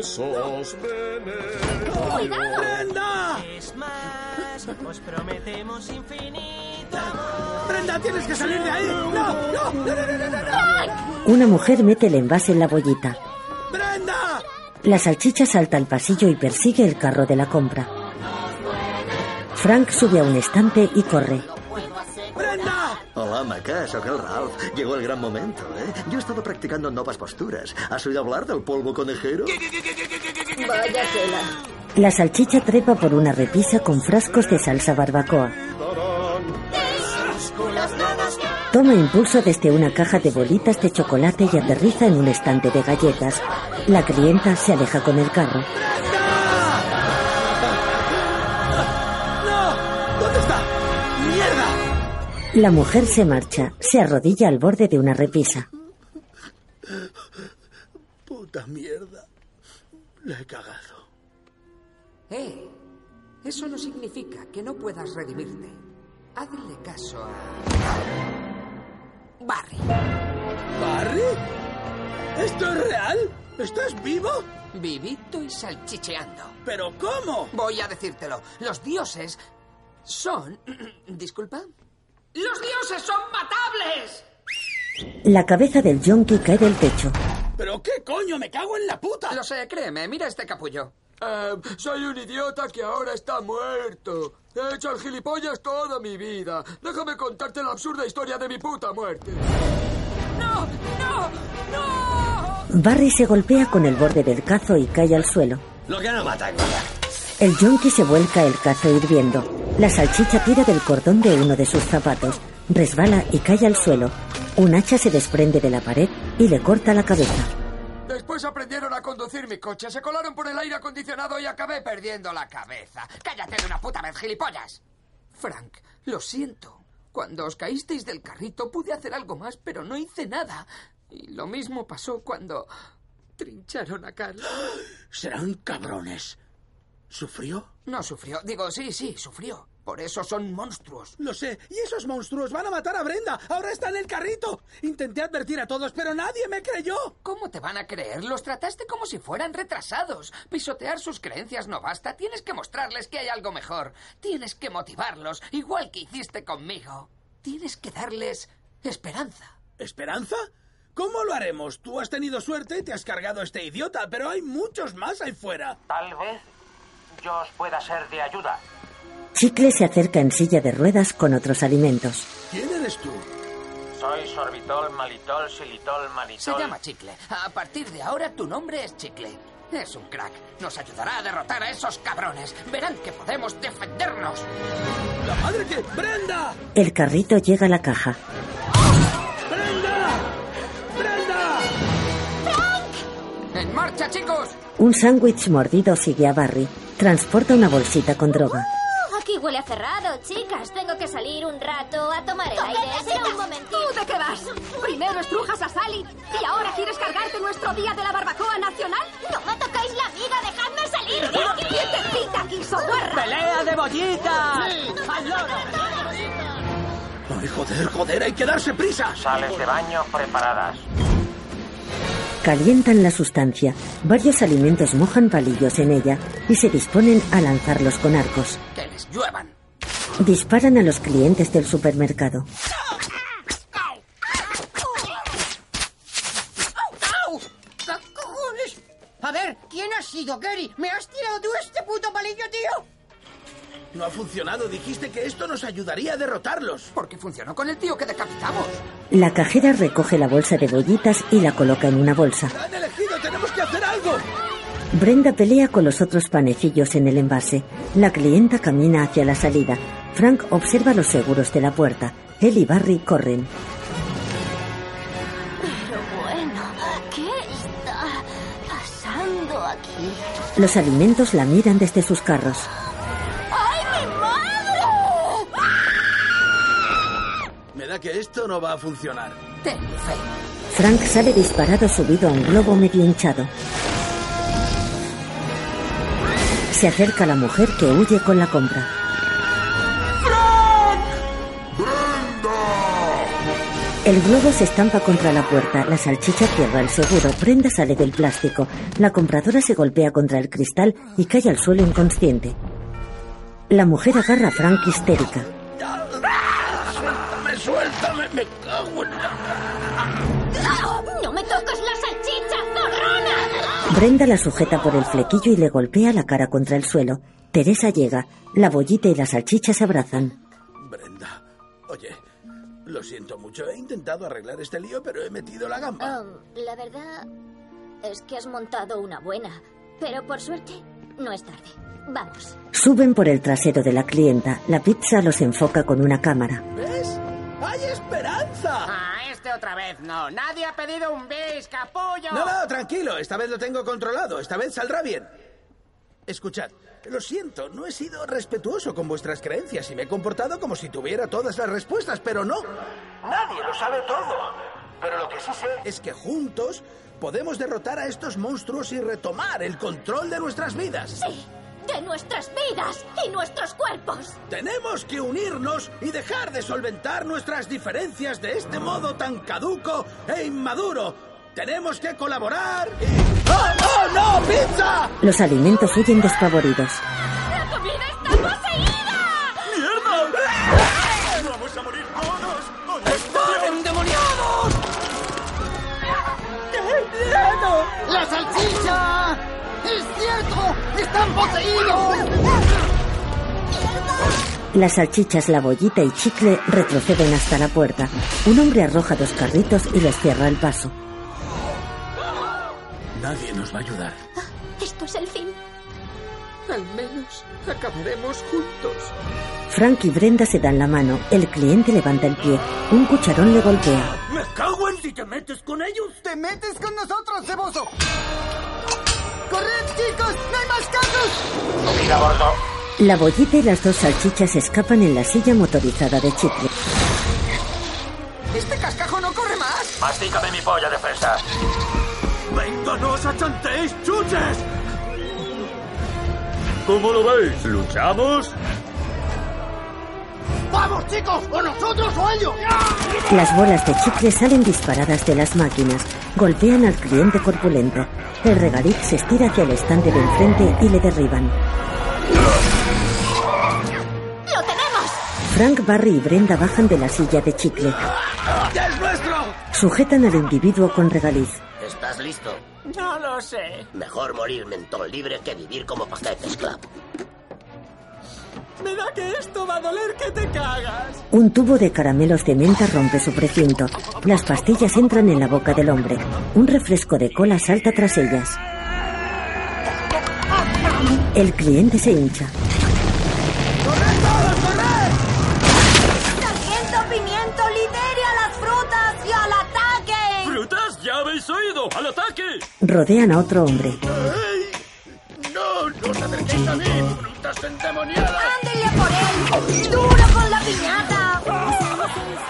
Speaker 5: eso os venero.
Speaker 3: ¡Cuidado!
Speaker 2: ¡Brenda!
Speaker 6: Es más, os prometemos infinito amor.
Speaker 2: ¡Brenda, tienes que salir de ahí! ¡No, no, no, no, no, no, no, no!
Speaker 1: Una mujer mete el envase en la bollita.
Speaker 2: ¡Brenda!
Speaker 1: La salchicha salta al pasillo y persigue el carro de la compra. Frank sube a un estante y corre.
Speaker 2: ¡Brenda!
Speaker 13: Hola, Maca, sóc el Ralph. Llegó el gran momento, ¿eh? Yo he estado practicando nuevas posturas. ¿Has oído hablar del polvo conejero?
Speaker 16: Vaya tela.
Speaker 1: La salchicha trepa por una repisa con frascos de salsa barbacoa. Toma impulso desde una caja de bolitas de chocolate y aterriza en un estante de galletas. La clienta se aleja con el carro.
Speaker 2: ¡No! ¿Dónde está? ¡Mierda!
Speaker 1: La mujer se marcha, se arrodilla al borde de una repisa.
Speaker 2: Puta mierda. La he cagado.
Speaker 4: Eh, eso no significa que no puedas redimirte. Hazle caso a... Barry.
Speaker 2: ¿Barry? ¿Esto es real? ¿Estás vivo?
Speaker 4: Vivito y salchicheando.
Speaker 2: ¿Pero cómo?
Speaker 4: Voy a decírtelo. Los dioses son... Disculpa. Los dioses son matables.
Speaker 1: La cabeza del yonki cae del techo.
Speaker 2: ¿Pero qué coño? ¡Me cago en la puta!
Speaker 4: Lo sé, créeme. Mira este capullo.
Speaker 7: Eh, soy un idiota que ahora está muerto. He hecho el gilipollas toda mi vida. Déjame contarte la absurda historia de mi puta muerte.
Speaker 4: ¡No! ¡No! ¡No!
Speaker 1: Barry se golpea con el borde del cazo y cae al suelo.
Speaker 13: Lo que no mata, engorda.
Speaker 1: El yonki se vuelca el cazo hirviendo. La salchicha tira del cordón de uno de sus zapatos, resbala y cae al suelo. Un hacha se desprende de la pared y le corta la cabeza.
Speaker 7: Después aprendieron a conducir mi coche, se colaron por el aire acondicionado y acabé perdiendo la cabeza.
Speaker 4: ¡Cállate de una puta vez, gilipollas! Frank, lo siento. Cuando os caísteis del carrito pude hacer algo más, pero no hice nada. Y lo mismo pasó cuando trincharon a Carl.
Speaker 2: Serán cabrones. ¿Sufrió?
Speaker 4: No sufrió. Digo, sí, sí, sufrió. Por eso son monstruos.
Speaker 2: Lo sé. Y esos monstruos van a matar a Brenda. Ahora está en el carrito. Intenté advertir a todos, pero nadie me creyó.
Speaker 4: ¿Cómo te van a creer? Los trataste como si fueran retrasados. Pisotear sus creencias no basta. Tienes que mostrarles que hay algo mejor. Tienes que motivarlos, igual que hiciste conmigo. Tienes que darles esperanza.
Speaker 2: ¿Esperanza? ¿Cómo lo haremos? Tú has tenido suerte, te has cargado a este idiota, pero hay muchos más ahí fuera.
Speaker 11: Tal vez yo os pueda ser de ayuda.
Speaker 1: Chicle se acerca en silla de ruedas con otros alimentos.
Speaker 2: ¿Quién eres tú?
Speaker 11: Soy sorbitol, malitol, silitol,
Speaker 4: Se
Speaker 11: manitol.
Speaker 4: llama Chicle. A partir de ahora tu nombre es Chicle. Es un crack. Nos ayudará a derrotar a esos cabrones. Verán que podemos defendernos.
Speaker 2: ¡La madre que... ¡Brenda!
Speaker 1: El carrito llega a la caja.
Speaker 4: ¡En marcha, chicos!
Speaker 1: Un sándwich mordido sigue a Barry. Transporta una bolsita con droga.
Speaker 8: Oh, Aquí huele a cerrado, chicas. Tengo que salir un rato a tomar el aire. Espera un momentito.
Speaker 42: ¿Tú de qué vas? Primero estrujas a Sally y ahora quieres cargarte nuestro día de la barbacoa nacional.
Speaker 7: ¡No
Speaker 42: me tocáis la amiga! ¡Dejadme salir de aquí! ¿Quién te pita aquí, socorra?
Speaker 26: ¡Pelea de bollitas! ¡Al loro!
Speaker 2: ¡Ay, joder, joder! ¡Hay que darse prisa!
Speaker 11: Sales de baño preparadas.
Speaker 1: Calientan la sustancia. Varios alimentos mojan palillos en ella y se disponen a lanzarlos con arcos.
Speaker 4: ¡Que les lluevan!
Speaker 1: Disparan a los clientes del supermercado.
Speaker 43: ¡Au! ¿Qué cojones? A ver, ¿quién has sido, Gary? ¿Me has tirado tú este puto palillo, tío?
Speaker 2: No ha funcionado. Dijiste que esto nos ayudaría a derrotarlos.
Speaker 4: Porque funcionó con el tío que decapitamos.
Speaker 1: La cajera recoge la bolsa de bollitas y la coloca en una bolsa.
Speaker 2: ¡Han elegido! ¡Tenemos que hacer algo!
Speaker 1: Brenda pelea con los otros panecillos en el envase. La clienta camina hacia la salida. Frank observa los seguros de la puerta. Él y Barry corren.
Speaker 42: Pero bueno, ¿qué está pasando aquí?
Speaker 1: Los alimentos la miran desde sus carros.
Speaker 42: ¡Ay, mi madre!
Speaker 2: ¡Ah! Me da que esto no va a funcionar.
Speaker 4: Ten fe.
Speaker 1: Frank sale disparado subido a un globo medio hinchado. Se acerca la mujer que huye con la compra. El globo se estampa contra la puerta, la salchicha cierra el seguro, Brenda sale del plástico, la compradora se golpea contra el cristal y cae al suelo inconsciente. La mujer agarra a Frank histérica.
Speaker 2: ¡Suéltame, suéltame! ¡Me cago en
Speaker 42: ¡No me toques la salchicha, zorrona!
Speaker 1: Brenda la sujeta por el flequillo y le golpea la cara contra el suelo. Teresa llega. La bollita y la salchicha se abrazan.
Speaker 2: Brenda, oye, lo siento mucho. He intentado arreglar este lío, pero he metido la gamba.
Speaker 8: Um, la verdad es que has montado una buena, pero por suerte no es tarde. Vamos.
Speaker 1: Suben por el trasero de la clienta. La pizza los enfoca con una cámara.
Speaker 2: ¿Ves? ¡Hay esperanza!
Speaker 11: Ah, este otra vez no. Nadie ha pedido un bis, capullo.
Speaker 2: No, no, tranquilo. Esta vez lo tengo controlado. Esta vez saldrá bien. Escuchad, lo siento, no he sido respetuoso con vuestras creencias y me he comportado como si tuviera todas las respuestas, pero no.
Speaker 44: Nadie lo sabe todo. Pero lo que sí sé
Speaker 2: Es que juntos podemos derrotar a estos monstruos y retomar el control de nuestras vidas.
Speaker 8: Sí, de nuestras vidas y nuestros cuerpos.
Speaker 2: Tenemos que unirnos y dejar de solventar nuestras diferencias de este modo tan caduco e inmaduro. Tenemos que colaborar y... ¡Oh, no, no! ¡Pizza!
Speaker 1: Los alimentos huyen despavoridos.
Speaker 8: ¡La comida está poseída!
Speaker 44: ¡Mierda! ¡Vamos a morir todos!
Speaker 11: ¡Están endemoniados!
Speaker 3: ¡Qué miedo! ¡La salchicha! ¡Es cierto! ¡Están poseídos!
Speaker 1: Las salchichas, la bollita y chicle retroceden hasta la puerta. Un hombre arroja dos carritos y les cierra el paso.
Speaker 2: Nadie nos va a ayudar.
Speaker 8: Esto es el fin.
Speaker 11: Al menos acabaremos juntos.
Speaker 1: Frank y Brenda se dan la mano. El cliente levanta el pie. Un cucharón le golpea.
Speaker 45: ¡Me cago en si te metes con ellos!
Speaker 3: ¡Te metes con nosotros, ceboso! ¡Corred, chicos! ¡No hay más casos!
Speaker 44: ¡Comida, gordo!
Speaker 1: La bollita y las dos salchichas escapan en la silla motorizada de chicle.
Speaker 11: ¡Este cascajo no corre más!
Speaker 44: Mastícame mi polla de fresa.
Speaker 13: ¡Venga, no os achantéis, chuches! ¿Cómo lo veis? ¿Luchamos?
Speaker 3: ¡Vamos, chicos! ¡O nosotros o ellos!
Speaker 1: Las bolas de chicle salen disparadas de las máquinas. Golpean al cliente corpulento. El regaliz se estira hacia el estante de enfrente y le derriban.
Speaker 8: ¡Lo tenemos!
Speaker 1: Frank, Barry y Brenda bajan de la silla de chicle.
Speaker 2: ¡Ya es nuestro!
Speaker 1: Sujetan al individuo con regaliz.
Speaker 46: ¿Estás listo?
Speaker 11: No lo sé.
Speaker 46: Mejor morir mentón libre que vivir como paquete esclavo.
Speaker 11: Me da que esto va a doler que te cagas.
Speaker 1: Un tubo de caramelos de menta rompe su precinto. Las pastillas entran en la boca del hombre. Un refresco de cola salta tras ellas. El cliente se hincha.
Speaker 2: ¡Corred todos, corred!
Speaker 9: ¡Sargento Pimiento, lidere a las frutas y al ataque!
Speaker 13: ¡Frutas, ya habéis oído! ¡Al ataque!
Speaker 1: Rodean a otro hombre.
Speaker 44: ¡No! ¡No os acerquéis a mí! ¡Frutas endemoniadas!
Speaker 9: ¡Ándele por él! ¡Duro con la piñata!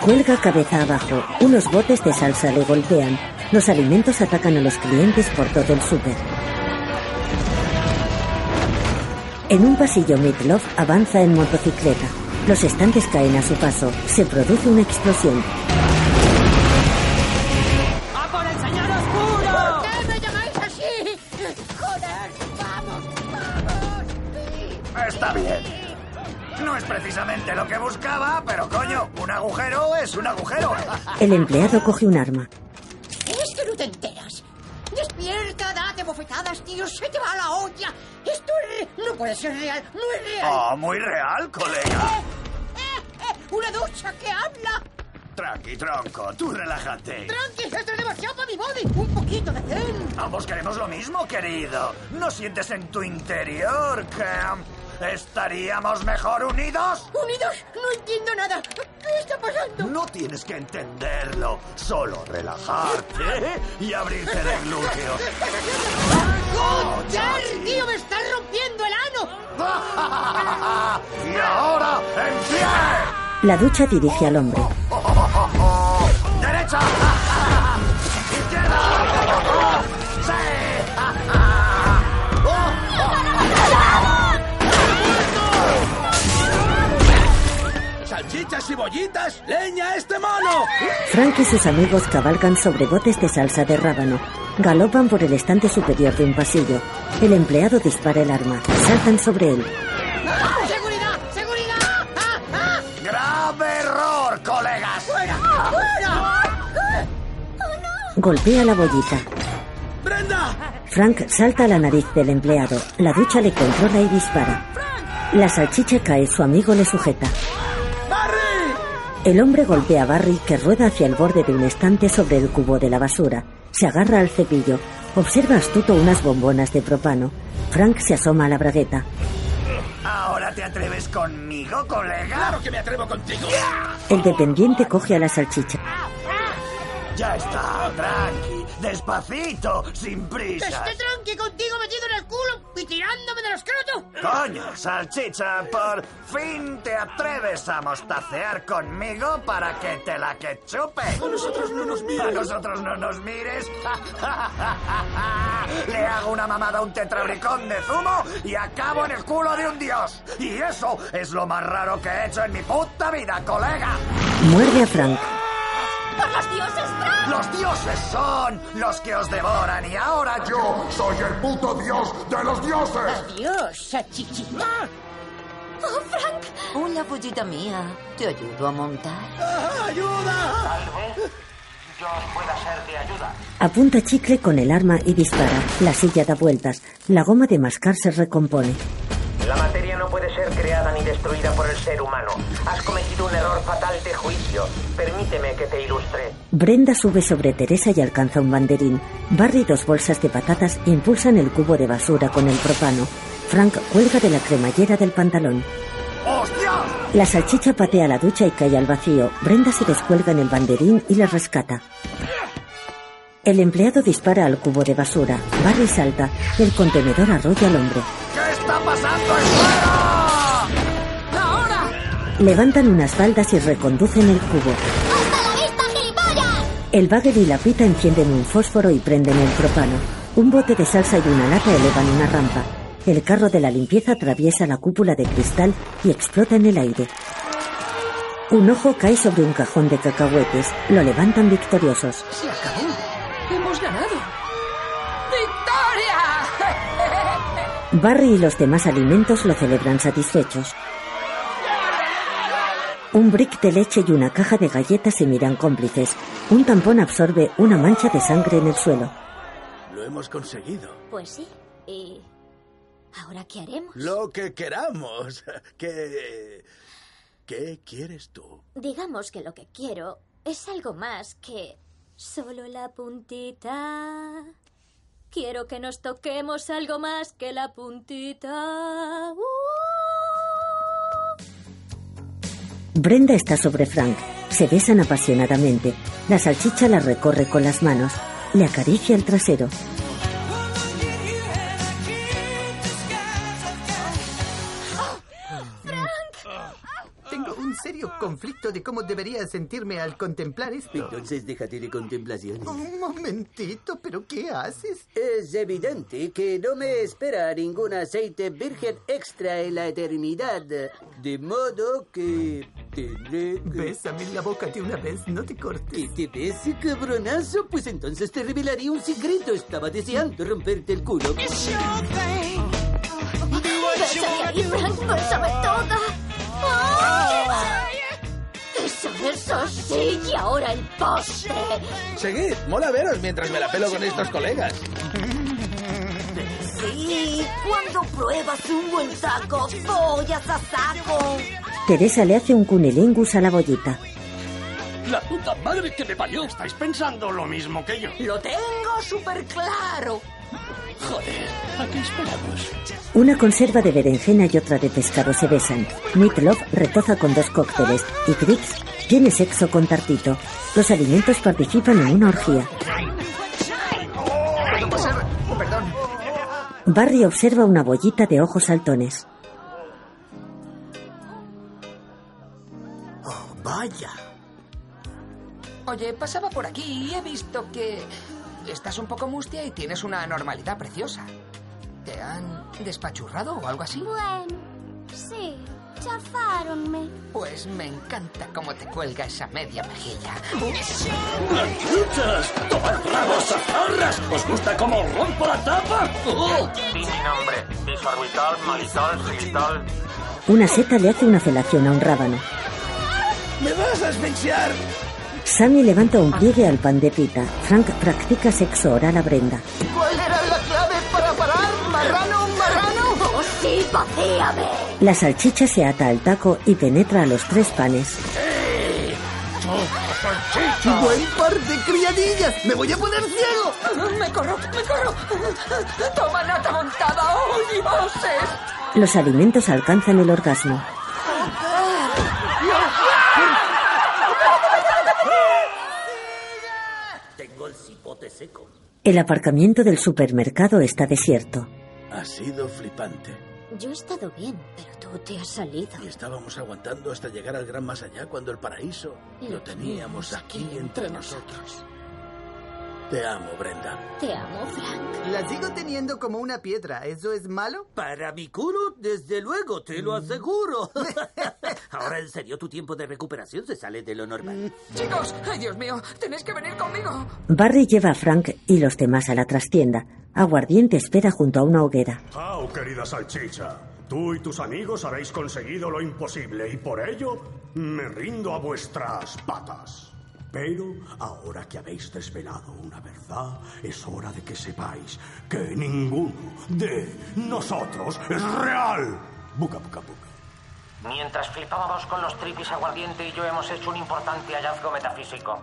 Speaker 1: Cuelga cabeza abajo. Unos botes de salsa le golpean. Los alimentos atacan a los clientes por todo el súper. En un pasillo, Mitlov avanza en motocicleta. Los estantes caen a su paso. Se produce una explosión.
Speaker 11: ¡A por el señor oscuro!
Speaker 3: ¿Qué me llamáis así? ¡Joder! ¡Vamos!
Speaker 13: Está bien. No es precisamente lo que buscaba, pero coño, un agujero es un agujero.
Speaker 1: El empleado coge un arma.
Speaker 3: Es que no te enteras. Despierta, date bofetadas, tío, se te va la olla. Esto es re- no puede ser real, no es real.
Speaker 13: ¡Oh, muy real, colega!
Speaker 3: ¡Eh, eh! ¡Una ducha que habla!
Speaker 13: Tranqui, tronco, tú relájate.
Speaker 3: ¡Tranqui, esto es demasiado para mi body! ¡Un poquito de zen!
Speaker 13: Ambos queremos lo mismo, querido. ¿No sientes en tu interior que um, estaríamos mejor unidos?
Speaker 3: ¡Unidos! ¡No entiendo nada! ¿Qué está pasando?
Speaker 13: No tienes que entenderlo, solo relajarte y abrirte de glúteos.
Speaker 3: ¡Joder, tío, me está rompiendo el ano!
Speaker 13: ¡Y ahora, en pie!
Speaker 1: La ducha dirige al hombre.
Speaker 13: ¡Derecha! ¡Izquierda!
Speaker 2: ¡Salchichas y bollitas! ¡Leña a este mono!
Speaker 1: Frank y sus amigos cabalgan sobre botes de salsa de rábano. Galopan por el estante superior de un pasillo. El empleado dispara el arma. Saltan sobre él.
Speaker 3: ¡Seguridad! ¡Seguridad! ¡Ah, ah!
Speaker 13: ¡Grave error, colegas!
Speaker 1: Golpea la bollita.
Speaker 2: ¡Brenda!
Speaker 1: Frank salta a la nariz del empleado. La ducha le controla y dispara. La salchicha cae, su amigo le sujeta.
Speaker 3: ¡Barry!
Speaker 1: El hombre golpea a Barry que rueda hacia el borde de un estante sobre el cubo de la basura. Se agarra al cepillo. Observa astuto unas bombonas de propano. Frank se asoma a la bragueta.
Speaker 13: ¿Ahora te atreves conmigo, colega?
Speaker 2: ¡Claro que me atrevo contigo!
Speaker 1: El dependiente coge a la salchicha.
Speaker 13: Ya está, tranqui, despacito, sin prisa.
Speaker 3: este
Speaker 43: Esté tranqui contigo metido en el culo y tirándome del escroto.
Speaker 13: Coño, salchicha, por fin te atreves a mostacear conmigo para que te la que chupe.
Speaker 3: A nosotros no nos mires.
Speaker 13: A nosotros no nos mires. Le hago una mamada a un tetrabricón de zumo y acabo en el culo de un dios. Y eso es lo más raro que he hecho en mi puta vida, colega.
Speaker 1: Muerde a Frank.
Speaker 8: ¡Por los dioses, Frank!
Speaker 13: Los dioses son los que os devoran y ahora yo soy el puto dios de los dioses.
Speaker 43: Adiós, salchichita.
Speaker 16: ¡Oh, Frank! Hola, pollita mía. ¿Te ayudo a montar?
Speaker 3: ¡Ayuda!
Speaker 11: Tal vez yo os pueda ser de ayuda.
Speaker 1: Apunta chicle con el arma y dispara. La silla da vueltas. La goma de mascar se recompone.
Speaker 11: La materia no puede ser creada ni destruida por el ser humano. Has cometido un error fatal de juicio. Permíteme que te ilustre.
Speaker 1: Brenda sube sobre Teresa y alcanza un banderín. Barry dos bolsas de patatas impulsan el cubo de basura con el propano. Frank cuelga de la cremallera del pantalón.
Speaker 13: ¡Hostia!
Speaker 1: La salchicha patea la ducha y cae al vacío. Brenda se descuelga en el banderín y la rescata. El empleado dispara al cubo de basura. Barry salta. El contenedor arrolla al hombre.
Speaker 13: ¿Qué está pasando en fuera?
Speaker 1: Levantan unas faldas y reconducen el cubo.
Speaker 3: ¡Hasta la vista, gilipollas!
Speaker 1: El bagger y la pita encienden un fósforo y prenden el propano. Un bote de salsa y una lata elevan una rampa. El carro de la limpieza atraviesa la cúpula de cristal y explota en el aire. Un ojo cae sobre un cajón de cacahuetes. Lo levantan victoriosos.
Speaker 4: Se acabó. Hemos ganado. ¡Victoria!
Speaker 1: Barry y los demás alimentos lo celebran satisfechos. Un brick de leche y una caja de galletas se miran cómplices. Un tampón absorbe una mancha de sangre en el suelo.
Speaker 2: Lo hemos conseguido.
Speaker 8: Pues sí. ¿Y ahora qué haremos?
Speaker 2: Lo que queramos. ¿Qué. ¿Qué quieres tú?
Speaker 8: Digamos que lo que quiero es algo más que solo la puntita. Quiero que nos toquemos algo más que la puntita. ¡Uh!
Speaker 1: Brenda está sobre Frank. Se besan apasionadamente. La salchicha la recorre con las manos. Le acaricia el trasero.
Speaker 25: Tengo un serio conflicto de cómo debería sentirme al contemplar esto.
Speaker 24: Entonces déjate de contemplaciones.
Speaker 25: Un momentito, ¿pero qué haces?
Speaker 24: Es evidente que no me espera ningún aceite virgen extra en la eternidad. De modo que tendré que...
Speaker 25: Bésame en la boca de una vez, no te cortes.
Speaker 24: ¿Que te bese, cabronazo? Pues entonces te revelaré un secreto. Estaba deseando romperte el culo.
Speaker 8: Bésame ahí, Frank, bésame toda. ¡Ah! Eso, eso sí, y ahora el postre.
Speaker 2: Seguid, mola veros mientras me la pelo con estos colegas.
Speaker 16: Sí, cuando pruebas un buen saco, follas a saco.
Speaker 1: Teresa le hace un cunilingus a la bollita.
Speaker 12: La puta madre que me parió. Estáis pensando lo mismo que yo.
Speaker 16: Lo tengo súper claro.
Speaker 12: Joder, ¿a qué esperamos?
Speaker 1: Una conserva de berenjena y otra de pescado se besan. Meatloaf retoza con dos cócteles y Griggs tiene sexo con Tartito. Los alimentos participan en una orgía.
Speaker 13: ¿Puedo pasar? Oh, perdón.
Speaker 1: Barry observa una bollita de ojos saltones.
Speaker 24: Oh, vaya.
Speaker 4: Oye, pasaba por aquí y he visto que estás un poco mustia y tienes una anormalidad preciosa. ¿Te han despachurrado o algo así?
Speaker 8: Bueno, sí, chafaronme.
Speaker 4: Pues me encanta cómo te cuelga esa media mejilla.
Speaker 12: ¡Las chuchas! ¡Tomad rabos a zarras! ¿Os gusta cómo rompo la tapa? ¡Oh!
Speaker 11: Di mi nombre. Disorbitol, malitol, xilitol.
Speaker 1: Una seta le hace una felación a un rábano.
Speaker 3: ¡Me vas a asfixiar!
Speaker 1: Sammy levanta un pliegue al pan de pita. Frank practica sexo oral a Brenda.
Speaker 43: ¿Cuál era la clave para parar? ¿Marrano, marrano?
Speaker 8: ¡Oh, sí, ¡Vacíame!
Speaker 1: La salchicha se ata al taco y penetra a los tres panes.
Speaker 20: ¡Buen par de criadillas! ¡Me voy a poner ciego!
Speaker 4: ¡Me corro, me corro! ¡Toma nata montada! ¡Oh, dioses!
Speaker 1: Los alimentos alcanzan el orgasmo.
Speaker 3: Tengo el cipote seco.
Speaker 1: El aparcamiento del supermercado está desierto.
Speaker 2: Ha sido flipante.
Speaker 8: Yo he estado bien, pero tú te has salido.
Speaker 2: Y estábamos aguantando hasta llegar al gran más allá cuando el paraíso lo teníamos aquí entre nosotros. Te amo, Brenda.
Speaker 8: Te amo, Frank.
Speaker 20: La sigo teniendo como una piedra. ¿Eso es malo?
Speaker 3: Para mi culo, desde luego, te lo aseguro. Ahora, en serio, tu tiempo de recuperación se sale de lo normal.
Speaker 4: Chicos, ay Dios mío, tenéis que venir conmigo.
Speaker 1: Barry lleva a Frank y los demás a la trastienda. Aguardiente espera junto a una hoguera.
Speaker 7: ¡Au, querida salchicha! Tú y tus amigos habéis conseguido lo imposible y por ello me rindo a vuestras patas. Pero ahora que habéis desvelado una verdad, es hora de que sepáis que ninguno de nosotros es real. Buca, buca, buca.
Speaker 11: Mientras flipábamos con los tripis, Aguardiente y yo hemos hecho un importante hallazgo metafísico.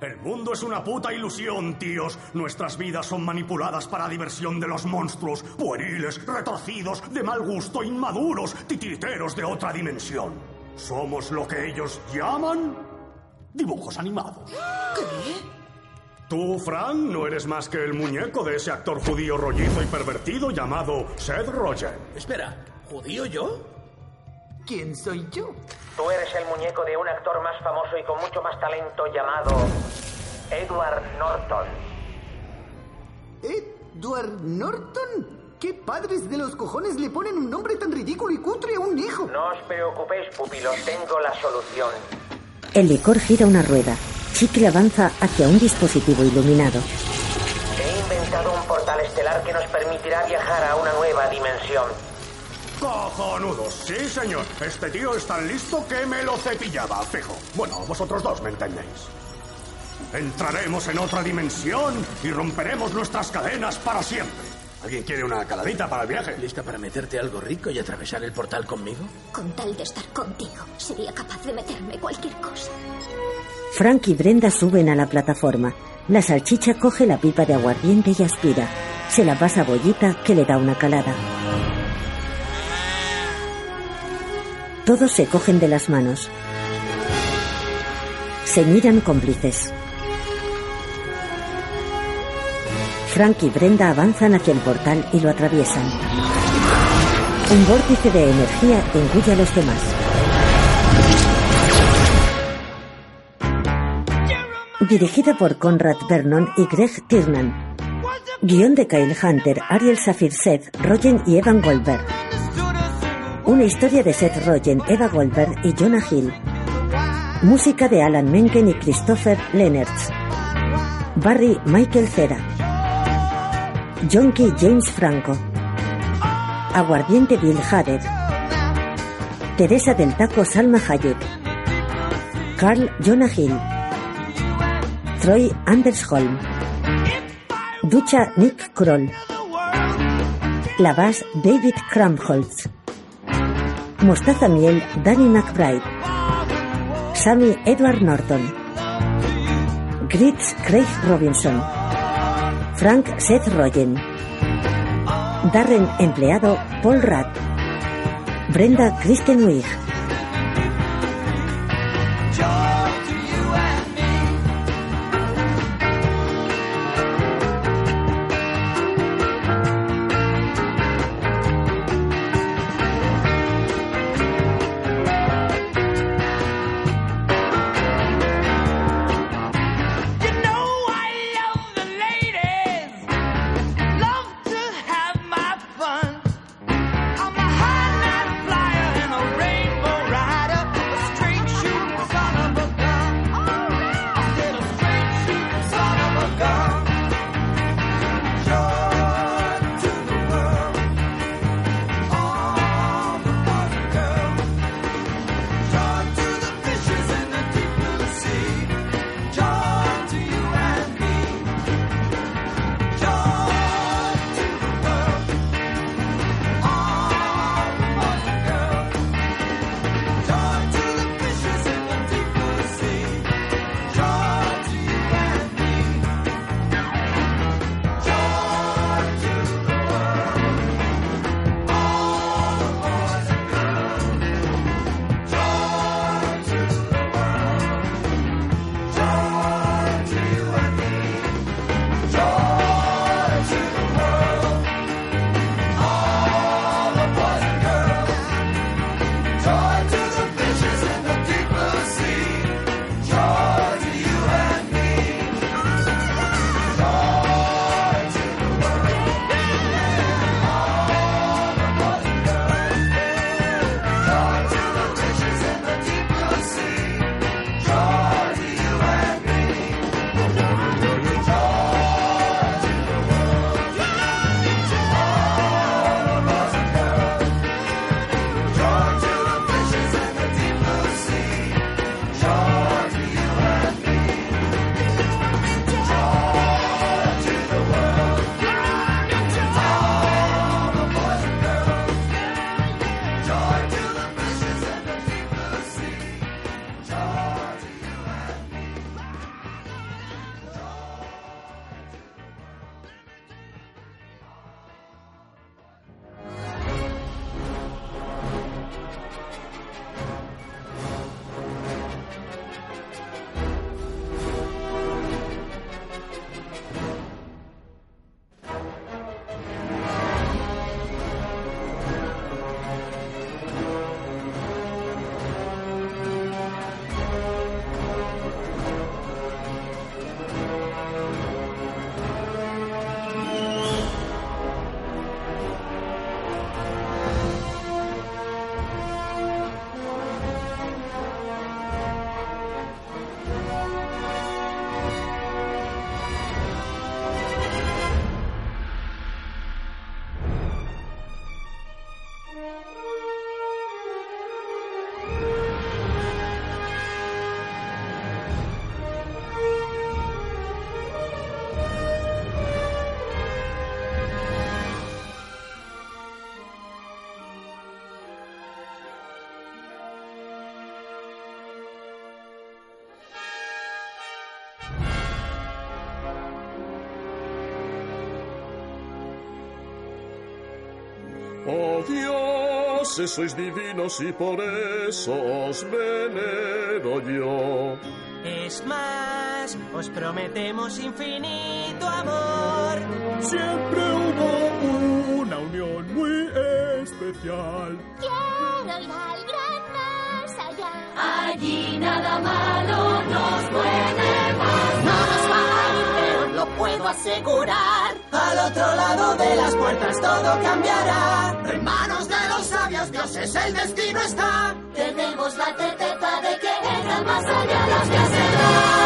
Speaker 7: El mundo es una puta ilusión, tíos. Nuestras vidas son manipuladas para diversión de los monstruos, pueriles, retorcidos, de mal gusto, inmaduros, titiriteros de otra dimensión. Somos lo que ellos llaman dibujos animados. Tú, Fran, no eres más que el muñeco de ese actor judío rollizo y pervertido llamado Seth Rogen.
Speaker 2: Espera, ¿judío yo?
Speaker 20: ¿Quién soy yo?
Speaker 11: Tú eres el muñeco de un actor más famoso y con mucho más talento llamado Edward Norton.
Speaker 20: ¿Edward Norton? ¿Qué padres de los cojones le ponen un nombre tan ridículo y cutre a un hijo?
Speaker 11: No os preocupéis, pupilos, tengo la solución.
Speaker 1: El licor gira una rueda. Chicle avanza hacia un dispositivo iluminado.
Speaker 11: He inventado un portal estelar que nos permitirá viajar a una nueva dimensión.
Speaker 7: ¡Cojonudos! Sí, señor. Este tío es tan listo que me lo cepillaba, fijo. Bueno, vosotros dos me entendéis. Entraremos en otra dimensión y romperemos nuestras cadenas para siempre. ¿Alguien quiere una caladita para el viaje?
Speaker 2: ¿Lista para meterte algo rico y atravesar el portal conmigo?
Speaker 8: Con tal de estar contigo, sería capaz de meterme cualquier cosa.
Speaker 1: Frank y Brenda suben a la plataforma. La salchicha coge la pipa de aguardiente y aspira. Se la pasa a Bollita, que le da una calada. Todos se cogen de las manos. Se miran cómplices. Frank y Brenda avanzan hacia el portal y lo atraviesan. Un vórtice de energía engulle a los demás. Dirigida por Conrad Vernon y Greg Tiernan. Guión de Kyle Hunter, Ariel Safir Seth, Rogen y Evan Goldberg. Una historia de Seth Rogen, Eva Goldberg y Jonah Hill. Música de Alan Menken y Christopher Lennertz. Barry Michael Cera. Jonky James Franco. Aguardiente Bill Hader. Teresa del Taco Salma Hayek. Carl Jonah Hill. Troy Anders Holm. Ducha Nick Kroll. Lavas David Kramholz. Mostaza Miel Danny McBride. Sammy Edward Norton. Grits Craig Robinson. Frank Seth Rogen. Darren Empleado Paul Rudd. Brenda Kristen Wiig.
Speaker 9: You know I love the ladies, love to have my fun. I'm a high night flyer in a rainbow
Speaker 5: Oh dioses, sois divinos y por eso os venero yo.
Speaker 6: Es más, os prometemos infinito amor.
Speaker 5: Siempre hubo una unión muy especial.
Speaker 47: Quiero ir al gran más allá.
Speaker 9: Allí nada malo nos puede pasar. No nos va a ir, pero lo puedo asegurar. Al otro lado de las puertas todo cambiará. En manos de los sabios dioses el destino está. Tenemos la certeza de que en el más allá las que será.